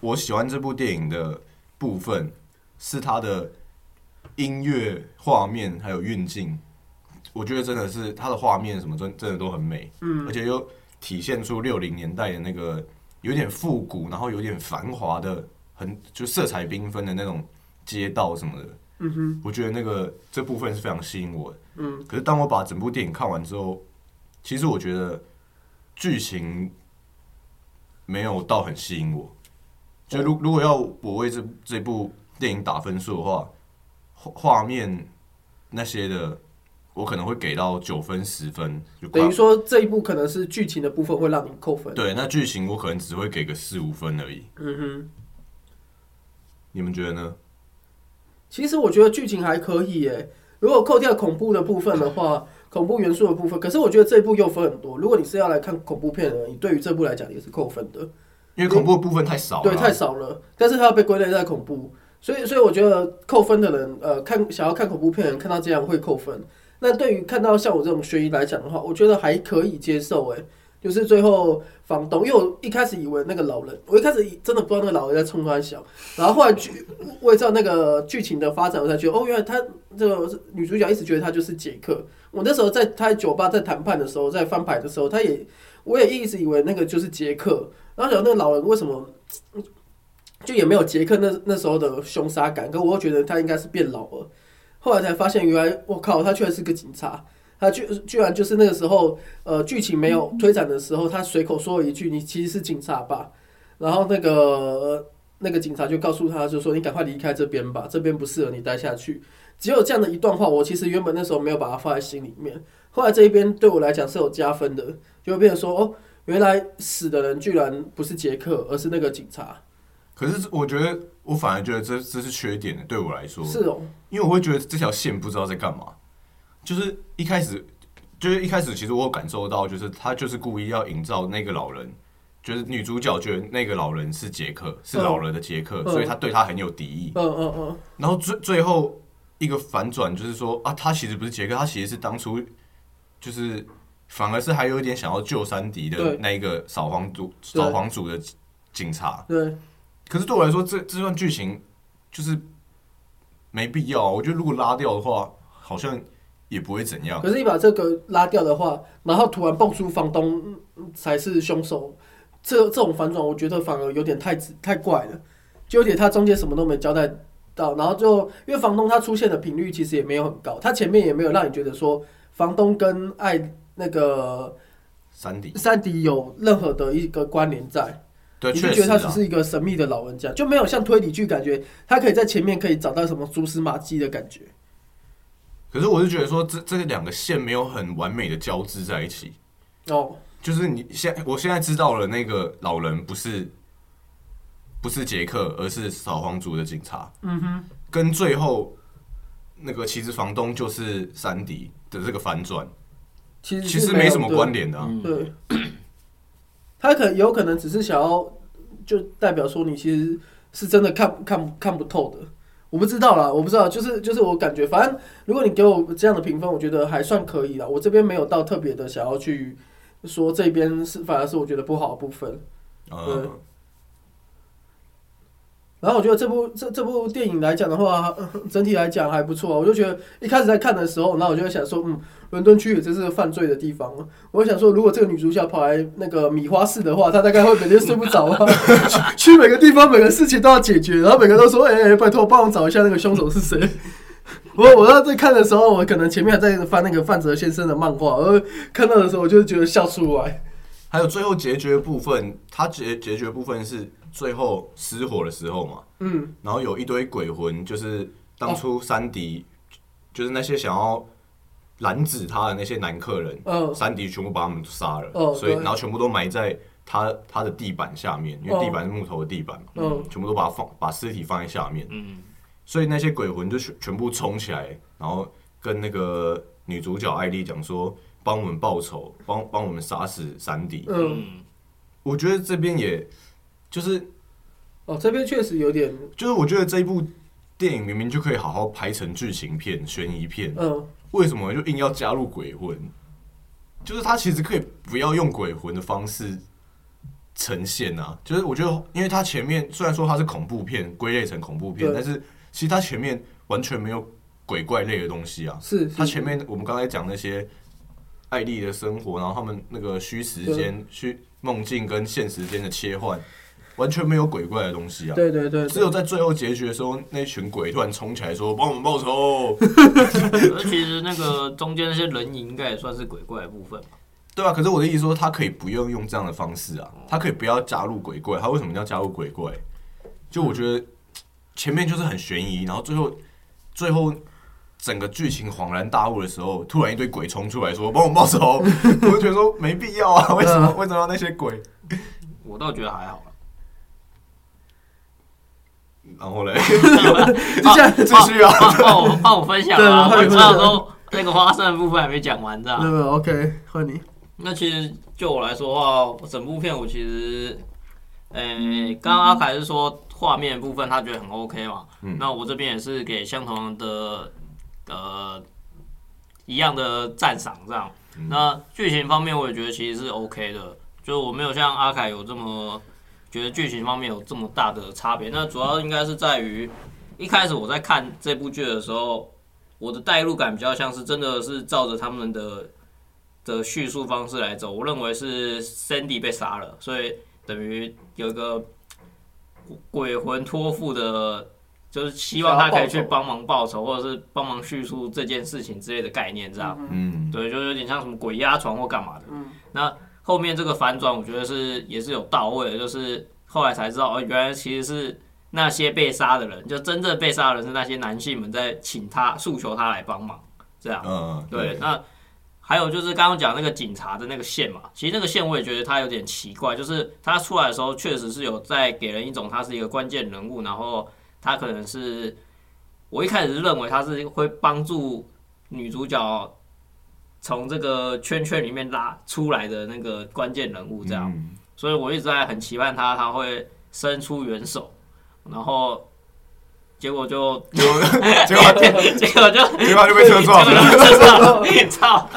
[SPEAKER 1] 我喜欢这部电影的部分是它的音乐、画面还有运镜。我觉得真的是它的画面什么真真的都很美，
[SPEAKER 2] 嗯
[SPEAKER 1] 而且又体现出六零年代的那个有点复古，然后有点繁华的，很就色彩缤纷的那种街道什么的。
[SPEAKER 2] 嗯哼，
[SPEAKER 1] 我觉得那个这部分是非常吸引我的。
[SPEAKER 2] 嗯，
[SPEAKER 1] 可是当我把整部电影看完之后，其实我觉得剧情没有到很吸引我。就如如果要我为这这部电影打分数的话，画画面那些的，我可能会给到九分十分，就
[SPEAKER 2] 等于
[SPEAKER 1] 快
[SPEAKER 2] 说这一部可能是剧情的部分会让你扣分，
[SPEAKER 1] 对。那剧情我可能只会给个四五分而已。
[SPEAKER 2] 嗯哼。
[SPEAKER 1] 你们觉得呢？
[SPEAKER 2] 其实我觉得剧情还可以耶，如果扣掉恐怖的部分的话，恐怖元素的部分，可是我觉得这一部又分很多。如果你是要来看恐怖片的，你对于这部来讲也是扣分的，
[SPEAKER 1] 因为恐怖的部分太少了，
[SPEAKER 2] 对，太少了。但是它要被归类在恐怖，所以所以我觉得扣分的人，呃，看想要看恐怖片的人看到这样会扣分。那对于看到像我这种悬疑来讲的话，我觉得还可以接受哎。就是最后房东，因为我一开始以为那个老人，我一开始真的不知道那个老人在冲他笑，然后后来剧，我也知道那个剧情的发展，我才觉得哦，原来他这个女主角一直觉得他就是杰克。我那时候在他在酒吧在谈判的时候，在翻牌的时候，他也我也一直以为那个就是杰克，然后想那个老人为什么就也没有杰克那那时候的凶杀感，可我又觉得他应该是变老了。后来才发现，原来我靠，他居然是个警察。他居居然就是那个时候，呃，剧情没有推展的时候，他随口说了一句：“你其实是警察吧？”然后那个、呃那个警察就告诉他，就说：“你赶快离开这边吧，这边不适合你待下去。”只有这样的一段话，我其实原本那时候没有把它放在心里面。后来这一边对我来讲是有加分的，就会变成说：“哦，原来死的人居然不是杰克，而是那个警察。
[SPEAKER 1] 可是我觉得，我反而觉得这这是缺点的，对我来”说。
[SPEAKER 2] 是哦，
[SPEAKER 1] 因为我会觉得这条线不知道在干嘛，就是一开始，就是一开始，其实我有感受到，就是他就是故意要营造那个老人，就是女主角觉得那个老人是杰克，是老人的杰克，
[SPEAKER 2] 嗯
[SPEAKER 1] 所以他对他很有敌意。
[SPEAKER 2] 嗯嗯嗯，
[SPEAKER 1] 然后最最后一个反转就是说啊，他其实不是杰克，他其实是当初就是反而是还有一点想要救山迪的
[SPEAKER 2] 对
[SPEAKER 1] 那一个扫黄组
[SPEAKER 2] 对
[SPEAKER 1] 扫黄组的警察。
[SPEAKER 2] 对，
[SPEAKER 1] 可是对我来说，这这段剧情就是没必要啊。我觉得如果拉掉的话，好像也不会怎样。
[SPEAKER 2] 可是你把这个拉掉的话，然后突然蹦出房东嗯嗯才是凶手，这这种反转，我觉得反而有点太直太怪了，就有点他中间什么都没交代到，然后就因为房东他出现的频率其实也没有很高，他前面也没有让你觉得说房东跟爱那个
[SPEAKER 1] 三 D
[SPEAKER 2] 山迪有任何的一个关联在。
[SPEAKER 1] 对，
[SPEAKER 2] 你就
[SPEAKER 1] 确
[SPEAKER 2] 觉
[SPEAKER 1] 实
[SPEAKER 2] 得他只
[SPEAKER 1] 啊，
[SPEAKER 2] 是一个神秘的老人家，就没有像推理剧感觉他可以在前面可以找到什么蛛丝马迹的感觉。
[SPEAKER 1] 可是我是觉得说这这两个线没有很完美的交织在一起。
[SPEAKER 2] 哦，
[SPEAKER 1] 就是你现我现在知道了，那个老人不是不是杰克，而是扫黄族的警察。嗯哼，跟最后那个其实房东就是山迪的这个反转，
[SPEAKER 2] 其实
[SPEAKER 1] 其
[SPEAKER 2] 其
[SPEAKER 1] 实没什么关。联的、啊。
[SPEAKER 3] 嗯
[SPEAKER 2] 对，对 [clears throat] 他可有可能只是想要，就代表说你其实是真的看看看不透的。我不知道啦，我不知道，就是就是我感觉，反正如果你给我这样的评分，我觉得还算可以啦。我这边没有到特别的想要去说这边是，反而是我觉得不好的部分。对
[SPEAKER 1] 嗯，
[SPEAKER 2] 然后我觉得这部这这部电影来讲的话， [laughs] 呃整体来讲还不错、啊。我就觉得一开始在看的时候，那我就在想说，嗯，伦敦区也真是犯罪的地方啊。我想说，如果这个女主角跑来那个米花市的话，她大概会每天睡不着啊。 [laughs] 去去每个地方，每个事情都要解决，然后每个都说，哎、哎拜托帮我找一下那个凶手是谁。我我要在看的时候，我可能前面还在翻那个范泽先生的漫画，然后看到的时候，我就觉得笑出来。
[SPEAKER 1] 还有最后结局的部分，它结结局的部分是最后失火的时候嘛，
[SPEAKER 2] 嗯，
[SPEAKER 1] 然后有一堆鬼魂，就是当初山迪，就是那些想要拦止他的那些男客人，
[SPEAKER 2] 嗯
[SPEAKER 1] 山迪全部把他们杀了，
[SPEAKER 2] 哦
[SPEAKER 1] 所以
[SPEAKER 2] 对哦
[SPEAKER 1] 然后全部都埋在他他的地板下面，因为地板是木头的地板嘛，
[SPEAKER 2] 嗯
[SPEAKER 1] 全部都把它放把尸体放在下面，
[SPEAKER 3] 嗯，
[SPEAKER 1] 所以那些鬼魂就全全部冲起来，然后跟那个女主角艾丽讲说，帮我们报仇，帮帮我们杀死山迪。
[SPEAKER 2] 嗯，
[SPEAKER 3] 嗯
[SPEAKER 1] 我觉得这边也就是
[SPEAKER 2] 哦，这边确实有点，
[SPEAKER 1] 就是我觉得这一部电影明明就可以好好拍成剧情片、悬疑片，
[SPEAKER 2] 嗯。
[SPEAKER 1] 为什么就硬要加入鬼魂？就是他其实可以不要用鬼魂的方式呈现啊。就是我觉得，因为他前面虽然说它是恐怖片，归类成恐怖片，
[SPEAKER 2] 对
[SPEAKER 1] 但是其实它前面完全没有鬼怪类的东西啊。
[SPEAKER 2] 是是
[SPEAKER 1] 它前面我们刚才讲那些艾丽的生活，然后他们那个虚时间、虚梦境跟现实间的切换，完全没有鬼怪的东西啊。
[SPEAKER 2] 对对对， [laughs]
[SPEAKER 1] 只有在最后结局的时候，那群鬼突然冲起来说：“帮我们报仇
[SPEAKER 3] 可是其实那个中间那些人影应该也算是鬼怪的部分吧。！”
[SPEAKER 1] 对啊，可是我的意思说，他可以不用用这样的方式啊，他可以不要加入鬼怪，他为什么要加入鬼怪？就我觉得前面就是很悬疑，然后最后最后整个剧情恍然大悟的时候，突然一堆鬼冲出来说：“帮我们报仇！”我就觉得说没必要啊，为什么为什么要那些鬼？
[SPEAKER 3] 我倒觉得还好啦。
[SPEAKER 1] 然后嘞，
[SPEAKER 2] 就这样
[SPEAKER 1] 继续啊，
[SPEAKER 3] 帮 [laughs] 帮我帮我分享
[SPEAKER 2] 对
[SPEAKER 3] 啊！
[SPEAKER 2] 帮
[SPEAKER 3] 我
[SPEAKER 2] 你
[SPEAKER 3] 知
[SPEAKER 2] 分享
[SPEAKER 3] 道说那个花生的部分还没讲完，这样。
[SPEAKER 2] 没有没有，OK，换你。
[SPEAKER 3] 那其实就我来说的话，我整部片我其实，呃，刚刚阿凯是说画面部分他觉得很 OK 嘛，
[SPEAKER 1] 嗯
[SPEAKER 3] 那我这边也是给相同的呃一样的赞赏这样。
[SPEAKER 1] 嗯
[SPEAKER 3] 那剧情方面我也觉得其实是 OK 的，就我没有像阿凯有这么觉得剧情方面有这么大的差别。那主要应该是在于一开始我在看这部剧的时候，我的代入感比较像是真的是照着他们的的叙述方式来走，我认为是 Sandy 被杀了，所以等于有一个鬼魂托付的，就是希望他可以去帮忙报仇，或者是帮忙叙述这件事情之类的概念，这样。
[SPEAKER 1] 嗯，
[SPEAKER 3] 对，就有点像什么鬼压床或干嘛的。
[SPEAKER 2] 嗯
[SPEAKER 3] 那后面这个反转，我觉得是也是有到位的，就是后来才知道，哦，原来其实是那些被杀的人，就真正被杀的人是那些男性们在请他诉求他来帮忙，这样。
[SPEAKER 1] 嗯，
[SPEAKER 3] 对，，那还有就是刚刚讲那个警察的那个线嘛，其实那个线我也觉得他有点奇怪，就是他出来的时候确实是有在给人一种他是一个关键人物，然后他可能是我一开始是认为他是会帮助女主角从这个圈圈里面拉出来的那个关键人物这样，
[SPEAKER 1] 嗯
[SPEAKER 3] 所以我一直在很期盼他他会伸出援手，然后结果就 [laughs]
[SPEAKER 1] 结果嗯结果
[SPEAKER 3] 结果就
[SPEAKER 1] 结果他就被车
[SPEAKER 3] [laughs]
[SPEAKER 1] 撞了。
[SPEAKER 3] 了，操！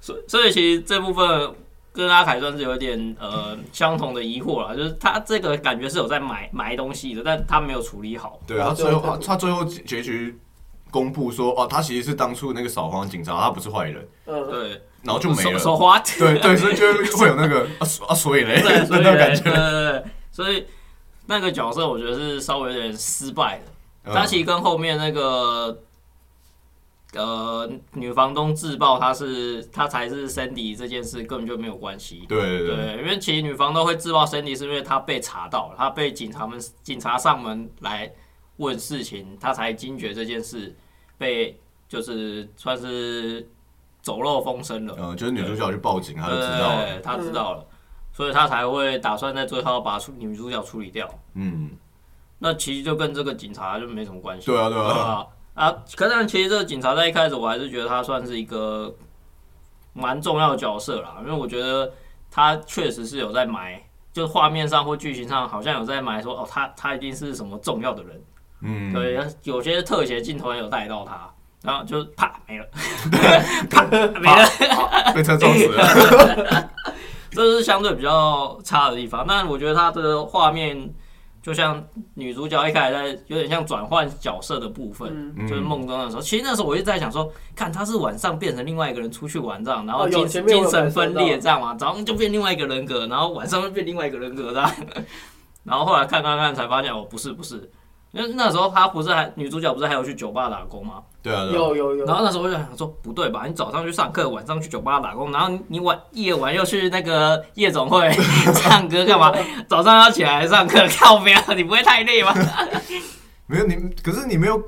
[SPEAKER 3] 所以所以其实这部分跟阿凯算是有一点呃相同的疑惑啦，就是他这个感觉是有在埋埋东西的，但他没有处理好。
[SPEAKER 1] 对啊，
[SPEAKER 2] 啊
[SPEAKER 1] 他
[SPEAKER 2] 对
[SPEAKER 1] 最后
[SPEAKER 2] 对
[SPEAKER 1] 他他最后结局公布说，哦，他其实是当初那个扫黄警察，他不是坏人，
[SPEAKER 2] 嗯，
[SPEAKER 3] 对，
[SPEAKER 1] 然后就没
[SPEAKER 3] 手手
[SPEAKER 1] 了。
[SPEAKER 3] 滑。
[SPEAKER 1] 对对，所以就会有那个
[SPEAKER 3] [laughs]
[SPEAKER 1] 啊所啊，所以嘞，
[SPEAKER 3] 对，所
[SPEAKER 1] 那
[SPEAKER 3] 以
[SPEAKER 1] 种感
[SPEAKER 3] 对对
[SPEAKER 1] 觉。
[SPEAKER 3] 对，所以那个角色我觉得是稍微有点失败的。
[SPEAKER 1] 嗯
[SPEAKER 3] 他其实跟后面那个呃女房东自爆，她是她才是 Sandy 这件事根本就没有关系。
[SPEAKER 1] 嗯对对对对，
[SPEAKER 3] 对，因为其实女房东会自爆 Sandy 是因为她被查到了，她被警察们警察上门来问事情，她才惊觉这件事被就是算是走漏风声了。
[SPEAKER 1] 嗯，就是女主角去报警，他就知道了。
[SPEAKER 3] 对，他知道了，所以他才会打算在最后把处女主角处理掉。
[SPEAKER 1] 嗯，
[SPEAKER 3] 那其实就跟这个警察就没什么关系。
[SPEAKER 1] 对啊对啊，
[SPEAKER 3] 啊啊！可是其实这个警察在一开始，我还是觉得他算是一个蛮重要的角色啦，因为我觉得他确实是有在埋，就画面上或剧情上好像有在埋说哦，他他一定是什么重要的人，
[SPEAKER 1] 嗯，
[SPEAKER 3] 对，有些特写镜头也有带到他，然后就啪没了，啪没了。
[SPEAKER 1] 被车撞死了。
[SPEAKER 3] 这是相对比较差的地方。但我觉得它的画面就像女主角一开始在有点像转换角色的部分，
[SPEAKER 2] 嗯
[SPEAKER 3] 就是
[SPEAKER 1] 嗯，
[SPEAKER 3] 梦中的时候。其实那时候我一直在想说，看她是晚上变成另外一个人出去玩这样，然后
[SPEAKER 2] 哦
[SPEAKER 3] 精、
[SPEAKER 2] 有前面我有
[SPEAKER 3] 精神
[SPEAKER 2] 感受到
[SPEAKER 3] 分裂这样嘛，早上就变另外一个人格，然后晚上就变另外一个人格这样。 [laughs] 然后后来看看看才发现哦，不是不是。因为那时候她不是还女主角不是还有去酒吧打工吗？
[SPEAKER 1] 对啊对啊，
[SPEAKER 2] 有有有
[SPEAKER 3] 然，后那时候我就想说，不对吧？你早上去上课，晚上去酒吧打工，然后你你晚夜晚又去那个夜总会唱歌干嘛？早上要起来上课，靠边，你不会太累吗？
[SPEAKER 1] 没有你，可是你没有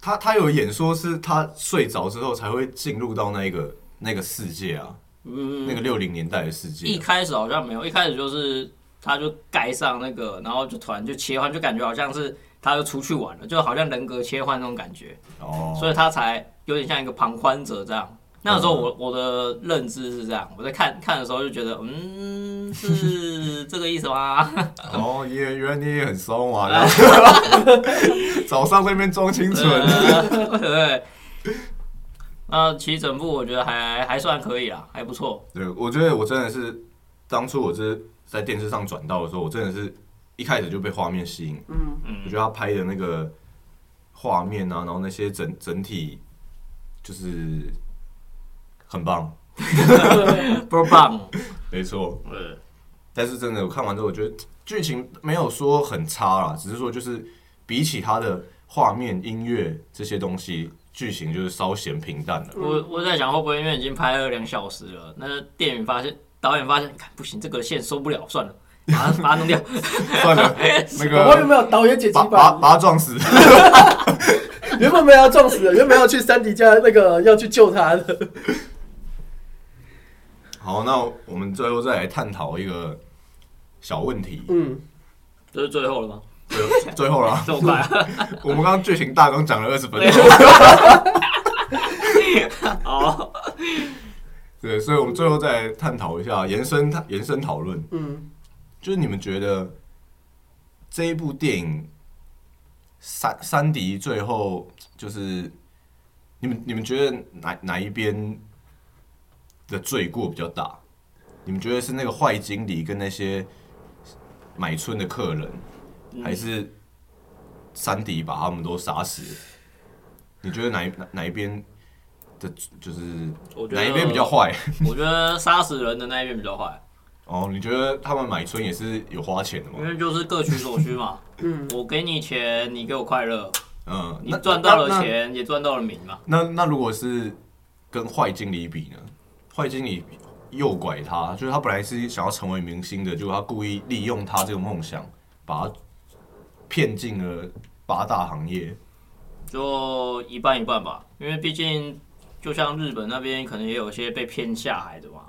[SPEAKER 1] 他，他有演说是他睡着之后才会进入到那个那个世界啊，那
[SPEAKER 3] 嗯，
[SPEAKER 1] 个六零年代的世界
[SPEAKER 3] 一
[SPEAKER 1] 啊。
[SPEAKER 3] 开始好像没有，一开始就是他就盖上那个，然后就突然就切换，就感觉好像是他就出去玩了，就好像人格切换那种感觉，
[SPEAKER 1] 哦，
[SPEAKER 3] 所以他才有点像一个旁观者这样。那时候我我的认知是这样，我在看看的时候就觉得，嗯，是这个意思吗？
[SPEAKER 1] 哦，也原来你也很松啊！[laughs]
[SPEAKER 3] [laughs]
[SPEAKER 1] 然后早上在那边装清纯，
[SPEAKER 3] 呃 [laughs] 对。那其实整部我觉得还还算可以啦，还不错。
[SPEAKER 1] 对我觉得我真的是，当初我是在电视上转到的时候，我真的是一开始就被画面吸引。
[SPEAKER 2] 嗯，
[SPEAKER 1] 我觉得他拍的那个画面啊，然后那些整整体就是很棒，
[SPEAKER 3] 不棒，
[SPEAKER 1] 没错。
[SPEAKER 3] 呃，
[SPEAKER 1] 但是真的，我看完之后，我觉得剧情没有说很差啦，只是说就是比起他的画面、音乐这些东西，剧情就是稍显平淡了。 [laughs]
[SPEAKER 3] 我我在想会不会因为已经拍了两小时了，那电影发现导演发现，看不行，这个线收不了，算了，把它把它弄掉。
[SPEAKER 1] 算了，那
[SPEAKER 2] 我们有
[SPEAKER 1] 个
[SPEAKER 2] 没有导演解
[SPEAKER 1] 把
[SPEAKER 2] 析
[SPEAKER 1] 把
[SPEAKER 2] 版？
[SPEAKER 1] 把他撞死。
[SPEAKER 2] 原本没有要撞死的， [laughs] 原本要去山迪家那个要去救他 [laughs] 的。
[SPEAKER 1] 好，那我们最后再来探讨一个小问题。
[SPEAKER 2] 嗯，
[SPEAKER 3] 这是最后了吗？
[SPEAKER 1] 最最后了，
[SPEAKER 3] 这么快、啊？ [laughs]
[SPEAKER 1] 我们刚刚剧情大纲讲了二十分钟，
[SPEAKER 3] 好，
[SPEAKER 1] 对，所以我们最后再来探讨一下，延伸延伸讨论，
[SPEAKER 2] 嗯，
[SPEAKER 1] 就是你们觉得这一部电影，三三迪最后就是你们你们觉得哪哪一边的罪过比较大？你们觉得是那个坏经理跟那些买春的客人，
[SPEAKER 3] 嗯
[SPEAKER 1] 还是山迪把他们都杀死？你觉得哪一哪哪一边的，就是
[SPEAKER 3] 我觉得
[SPEAKER 1] 哪一边比较坏？
[SPEAKER 3] 我觉得杀死人的那一边比较坏，
[SPEAKER 1] 哦，你觉得他们买春也是有花钱的吗
[SPEAKER 3] 因？为就是各取所需嘛。
[SPEAKER 2] 嗯，
[SPEAKER 3] 我给你钱，你给我快乐，
[SPEAKER 1] 嗯，
[SPEAKER 3] 你
[SPEAKER 1] 那
[SPEAKER 3] 赚到了
[SPEAKER 1] 那
[SPEAKER 3] 钱也赚到了名嘛。
[SPEAKER 1] 那那如果是跟坏经理比呢？坏经理诱拐他，就是他本来是想要成为明星的，结果他故意利用他这个梦想，把他骗进了八大行业。
[SPEAKER 3] 就一半一半吧，因为毕竟就像日本那边可能也有一些被骗下海的嘛，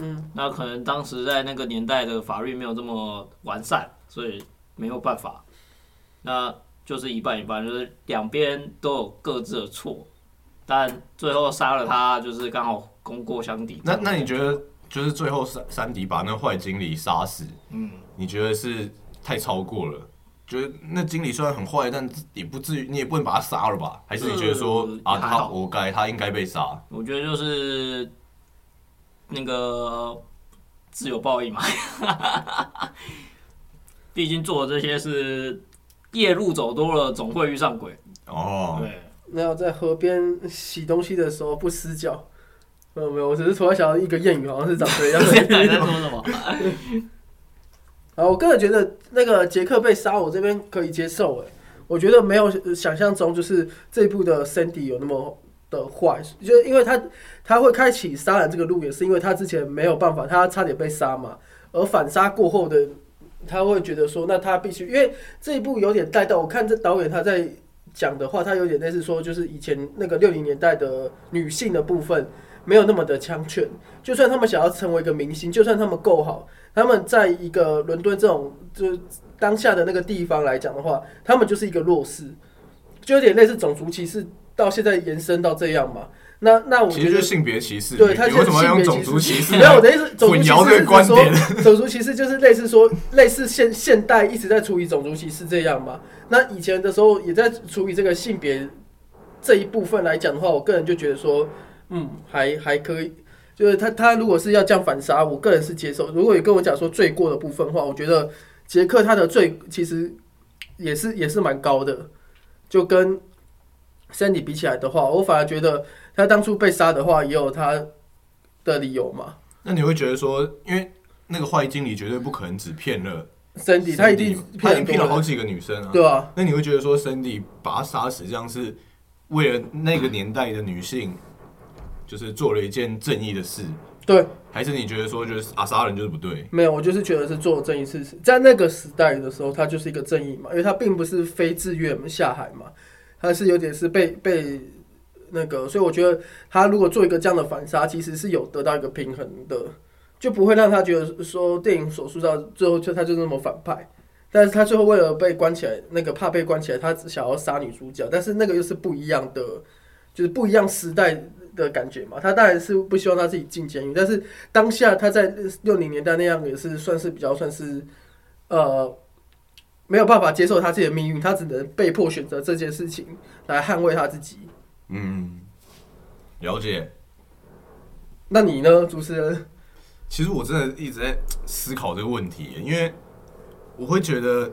[SPEAKER 2] 嗯，
[SPEAKER 3] 那可能当时在那个年代的法律没有这么完善，所以没有办法，那就是一半一半，就是两边都有各自的错，但最后杀了他就是刚好功过相抵。
[SPEAKER 1] 那那你觉得，就是最后山山迪把那坏经理杀死，
[SPEAKER 3] 嗯，
[SPEAKER 1] 你觉得是太超过了？觉得那经理虽然很坏，但也不至于，你也不能把他杀了吧？还是你觉得说、
[SPEAKER 3] 嗯
[SPEAKER 2] 呃
[SPEAKER 1] 啊，
[SPEAKER 3] 也还
[SPEAKER 1] 他
[SPEAKER 3] 好
[SPEAKER 1] 活该，他应该被杀？
[SPEAKER 3] 我觉得就是那个自有报应嘛。 [laughs] 毕竟做的这些是夜路走多了，总会遇上鬼。
[SPEAKER 1] 哦，
[SPEAKER 3] 对，
[SPEAKER 2] 没有在河边洗东西的时候不湿脚。没有没有，我只是突然想到一个谚语，好像是长这 [laughs] 样
[SPEAKER 3] 现在在
[SPEAKER 2] 的。
[SPEAKER 3] 说什么？
[SPEAKER 2] 啊，我个人觉得那个杰克被杀，我这边可以接受。哎，我觉得没有想象中，就是这一部的 Sandy 有那么的坏，就是因为他他会开启杀人这个路，也是因为他之前没有办法，他差点被杀嘛。而反杀过后的，他会觉得说，那他必须，因为这一部有点带到，我看这导演他在讲的话，他有点类似说，就是以前那个六零年代的女性的部分没有那么的强权，就算他们想要成为一个明星，就算他们够好，他们在一个伦敦这种就是当下的那个地方来讲的话，他们就是一个弱势，就有点类似种族歧视到现在延伸到这样嘛。那那我
[SPEAKER 1] 其实
[SPEAKER 2] 觉得
[SPEAKER 1] 就是性别歧视。
[SPEAKER 2] 对，他
[SPEAKER 1] 你
[SPEAKER 2] 就是
[SPEAKER 1] 为什么要用
[SPEAKER 2] 性
[SPEAKER 1] 种
[SPEAKER 2] 别
[SPEAKER 1] 族歧视 [laughs]
[SPEAKER 2] 没？有，我的意思，种族
[SPEAKER 1] 混
[SPEAKER 2] 歧
[SPEAKER 1] 淆
[SPEAKER 2] 视
[SPEAKER 1] 这
[SPEAKER 2] 是
[SPEAKER 1] 个观点
[SPEAKER 2] [laughs] 说，种族歧视就是类似说，类似现现代一直在处理种族歧视这样嘛。那以前的时候也在处理这个性别这一部分来讲的话，我个人就觉得说，嗯，还还可以。就是他他如果是要这样反杀，我个人是接受。如果你跟我讲说罪过的部分的话，我觉得杰克他的罪其实也是也是蛮高的，就跟 Sandy 比起来的话，我反而觉得他当初被杀的话也有他的理由嘛。
[SPEAKER 1] 那你会觉得说，因为那个坏经理绝对不可能只骗了
[SPEAKER 2] Sandy 他一
[SPEAKER 1] Sandy
[SPEAKER 2] 定
[SPEAKER 1] 嘛他已
[SPEAKER 2] 骗
[SPEAKER 1] 经骗了
[SPEAKER 2] 很多
[SPEAKER 1] 好
[SPEAKER 2] 人，
[SPEAKER 1] 几个女生啊。
[SPEAKER 2] 对啊，
[SPEAKER 1] 那你会觉得说，Sandy 把她杀死，这样是为了那个年代的女性，就是做了一件正义的事，
[SPEAKER 2] 对，
[SPEAKER 1] 还是你觉得说，就是啊，杀人就是不对？
[SPEAKER 2] 没有，我就是觉得是做正义事实，在那个时代的时候，他就是一个正义嘛，因为他并不是非自愿下海嘛，他是有点是被被那个，所以我觉得他如果做一个这样的反杀，其实是有得到一个平衡的，就不会让他觉得说电影所塑造最后就他就是那么反派。但是他最后为了被关起来，那个怕被关起来，他想要杀女主角，但是那个又是不一样的，就是不一样时代的感觉嘛。他当然是不希望他自己进监狱，但是当下他在六零年代那样也是算是比较算是呃没有办法接受他自己的命运，他只能被迫选择这件事情来捍卫他自己。
[SPEAKER 1] 嗯，了解。
[SPEAKER 2] 那你呢，主持人？
[SPEAKER 1] 其实我真的一直在思考这个问题，因为我会觉得，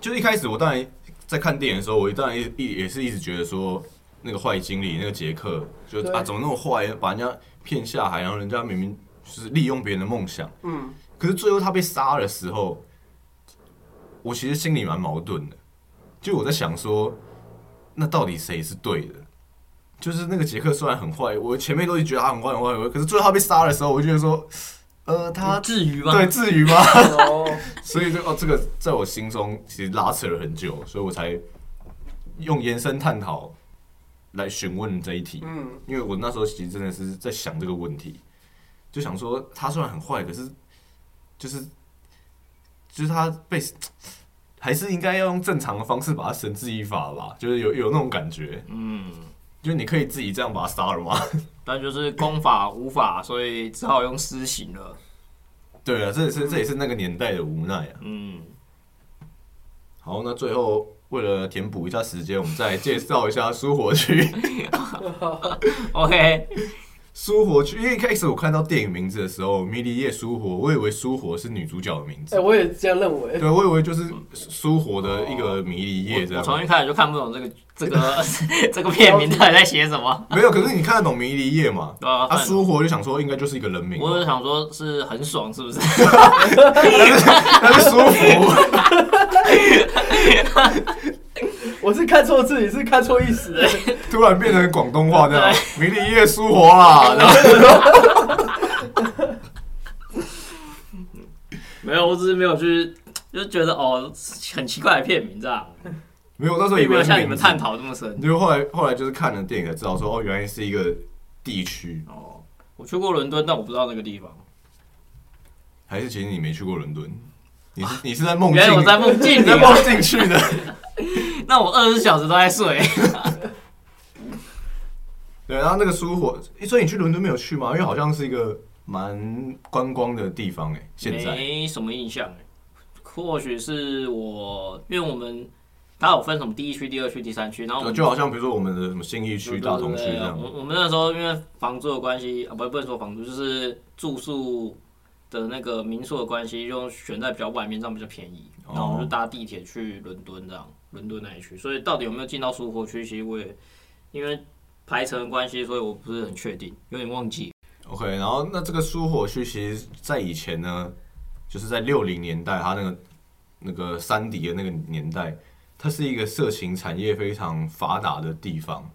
[SPEAKER 1] 就一开始我当然在看电影的时候，我当然一一也是一直觉得说，那个坏经理那个杰克，就
[SPEAKER 2] 对
[SPEAKER 1] 啊怎么那么坏，把人家骗下海，然后人家明明就是利用别人的梦想。
[SPEAKER 2] 嗯，
[SPEAKER 1] 可是最后他被杀的时候，我其实心里蛮矛盾的，就我在想说，那到底谁是对的？就是那个杰克虽然很坏，我前面都一直觉得他很坏很坏，很坏可是最后他被杀的时候，我就觉得说，呃， [laughs] 他
[SPEAKER 3] 至于吗？
[SPEAKER 1] 对至于吗？
[SPEAKER 2] [laughs] 哦，
[SPEAKER 1] 所以就哦，这个在我心中其实拉扯了很久，所以我才用延伸探讨来询问这一题。
[SPEAKER 2] 嗯，
[SPEAKER 1] 因为我那时候其实真的是在想这个问题，就想说他虽然很坏，可是就是就是他被还是应该要用正常的方式把他绳之以法吧，就是有有那种感觉，
[SPEAKER 3] 嗯，
[SPEAKER 1] 就是你可以自己这样把他杀了吗？ [laughs]
[SPEAKER 3] 但就是功法无法，所以只好用私刑了。
[SPEAKER 1] 对啊，这也是这也是那个年代的无奈啊。
[SPEAKER 3] 嗯，
[SPEAKER 1] 好，那最后为了填补一下时间，我们再介绍一下苏活区。 [laughs]
[SPEAKER 3] OK，
[SPEAKER 1] 苏活区，因为一开始我看到电影名字的时候，《迷离夜苏活》，我以为苏活是女主角的名
[SPEAKER 2] 哎、
[SPEAKER 1] 字，
[SPEAKER 2] 我也这样认为。
[SPEAKER 1] 对，我以为就是苏活的一个迷离夜这
[SPEAKER 3] 哦我我
[SPEAKER 1] 样。
[SPEAKER 3] 从一开始就看不懂这个这个 [laughs] 这个片名到底在写什么。
[SPEAKER 1] 没有，可是你看得懂迷离夜嘛？
[SPEAKER 3] 啊
[SPEAKER 1] 他
[SPEAKER 3] 看得懂
[SPEAKER 1] 苏活就想说应该就是一个人名嘛，
[SPEAKER 3] 我就想说，是很
[SPEAKER 1] [laughs]
[SPEAKER 3] 爽是不是？
[SPEAKER 1] 但是苏活，
[SPEAKER 2] 我是看错字，也是看错意思。
[SPEAKER 1] 突然变成广东话这样，迷离夜苏活啦，然后
[SPEAKER 3] 没有，我只是没有去，就觉得哦，很奇怪的片名这样，
[SPEAKER 1] 没有，那时候以
[SPEAKER 3] 并没
[SPEAKER 1] 为
[SPEAKER 3] 有
[SPEAKER 1] 是
[SPEAKER 3] 像你
[SPEAKER 1] 名
[SPEAKER 3] 们
[SPEAKER 1] 字
[SPEAKER 3] 探，讨这么深。
[SPEAKER 1] 就后来后来就是看了电影才知道说哦，原来是一个地区，
[SPEAKER 3] 哦，我去过伦敦，但我不知道那个地方。
[SPEAKER 1] 还是其实你没去过伦敦，你是你是在梦境
[SPEAKER 3] 啊原来我在梦境
[SPEAKER 1] 你
[SPEAKER 3] 里
[SPEAKER 1] 在
[SPEAKER 3] 啊、
[SPEAKER 1] 梦境去的。
[SPEAKER 3] 那我二十小时都在睡。
[SPEAKER 1] 对，然后那个苏活，诶所以你去伦敦没有去吗？因为好像是一个蛮观光的地方哎， [laughs] 现在
[SPEAKER 3] 没什么印象欸，或许是我，因为我们它有分什么第一区、第二区、第三区，然后我
[SPEAKER 1] 就
[SPEAKER 3] 们
[SPEAKER 1] 就好像比如说我们的什么信义区、大同区这
[SPEAKER 3] 对对对
[SPEAKER 1] 样
[SPEAKER 3] 我。我们那时候因为房租的关系啊，不不能说房租，就是住宿的那个民宿的关系，就选在比较外面，这样比较便宜。
[SPEAKER 1] 哦
[SPEAKER 3] 然后我们就搭地铁去伦敦，这样伦敦那一区。所以到底有没有进到苏活区，其实我也因为排程的关系，所以我不是很确定，有点忘记。
[SPEAKER 1] OK，然后那这个苏火区其实，在以前呢，就是在六零年代，它那个那个山迪的那个年代，它是一个色情产业非常发达的地方，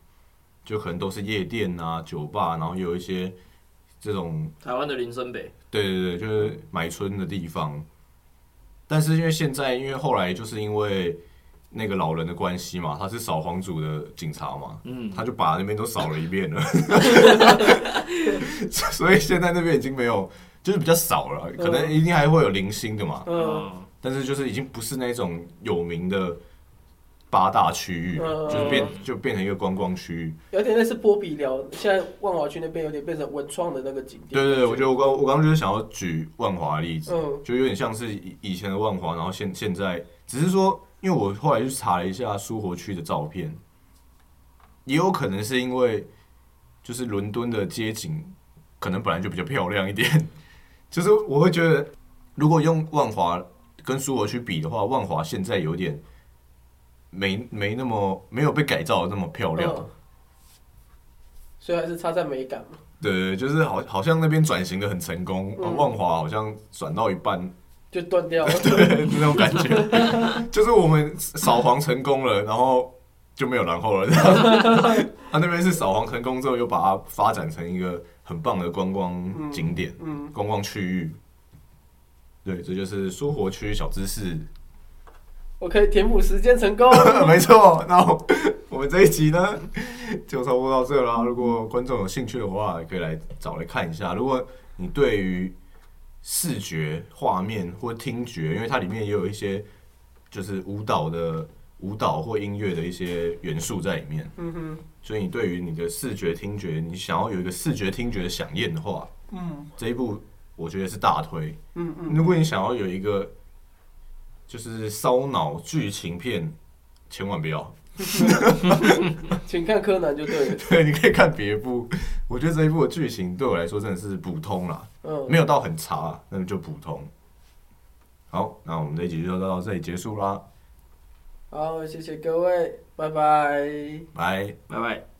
[SPEAKER 1] 就可能都是夜店啊、酒吧，然后也有一些这种
[SPEAKER 3] 台湾的林森北，
[SPEAKER 1] 对对对，就是买春的地方。但是因为现在，因为后来就是因为那个老人的关系嘛，他是扫黄组的警察嘛，
[SPEAKER 3] 嗯，
[SPEAKER 1] 他就把那边都扫了一
[SPEAKER 2] [laughs]
[SPEAKER 1] 遍了，所以现在那边已经没有，就是比较少了，可能一定还会有零星的嘛，
[SPEAKER 2] 嗯，
[SPEAKER 3] 嗯，
[SPEAKER 1] 但是就是已经不是那种有名的八大区域了，
[SPEAKER 2] 嗯
[SPEAKER 1] 就是变就变成一个观光区域。
[SPEAKER 2] 有点类似波比寮，现在万华区那边有点变成文创的那个景点。
[SPEAKER 1] 对对对，我觉得我刚我刚刚就是想要举万华的例子，
[SPEAKER 2] 嗯
[SPEAKER 1] 就有点像是以以前的万华，然后现现在只是说，因为我后来去查了一下苏活区的照片，也有可能是因为就是伦敦的街景可能本来就比较漂亮一点，就是我会觉得如果用万华跟苏活区比的话，万华现在有点没没那么没有被改造的那么漂亮。
[SPEAKER 2] 嗯所以还是差在美感嘛，
[SPEAKER 1] 对，就是好，好像那边转型的很成功，啊
[SPEAKER 2] 嗯
[SPEAKER 1] 万华好像转到一半，
[SPEAKER 2] 就断掉了。 [laughs]
[SPEAKER 1] 对， [laughs] 那种感觉， [laughs] 就是我们扫黄成功了，然后就没有然后了。
[SPEAKER 2] [laughs]
[SPEAKER 1] 他那边是扫黄成功之后，又把它发展成一个很棒的观光景点、
[SPEAKER 2] 嗯，
[SPEAKER 1] 观光区域。对，这就是苏活区小知识，
[SPEAKER 2] 我可以填补时间成功。
[SPEAKER 1] [laughs] 没错。那我我们这一集呢， [laughs] 就差不多到这啦。如果观众有兴趣的话，可以来找来看一下。如果你对于视觉、画面或听觉，因为它里面也有一些就是舞蹈的舞蹈或音乐的一些元素在里面，
[SPEAKER 2] 嗯哼，
[SPEAKER 1] 所以你对于你的视觉、听觉，你想要有一个视觉、听觉的响应的话，
[SPEAKER 2] 嗯
[SPEAKER 1] 这一部我觉得是大推。
[SPEAKER 2] 嗯嗯，
[SPEAKER 1] 如果你想要有一个就是烧脑剧情片，千万不要。 [laughs]
[SPEAKER 2] 请看柯南就对了。
[SPEAKER 1] 对，你可以看别部。我觉得这一部的剧情对我来说真的是普通啦，
[SPEAKER 2] 嗯，
[SPEAKER 1] 没有到很差，那就普通。好，那我们这一集就到这里结束啦，
[SPEAKER 2] 好，谢谢各位，拜拜。
[SPEAKER 1] 拜。
[SPEAKER 3] 拜拜。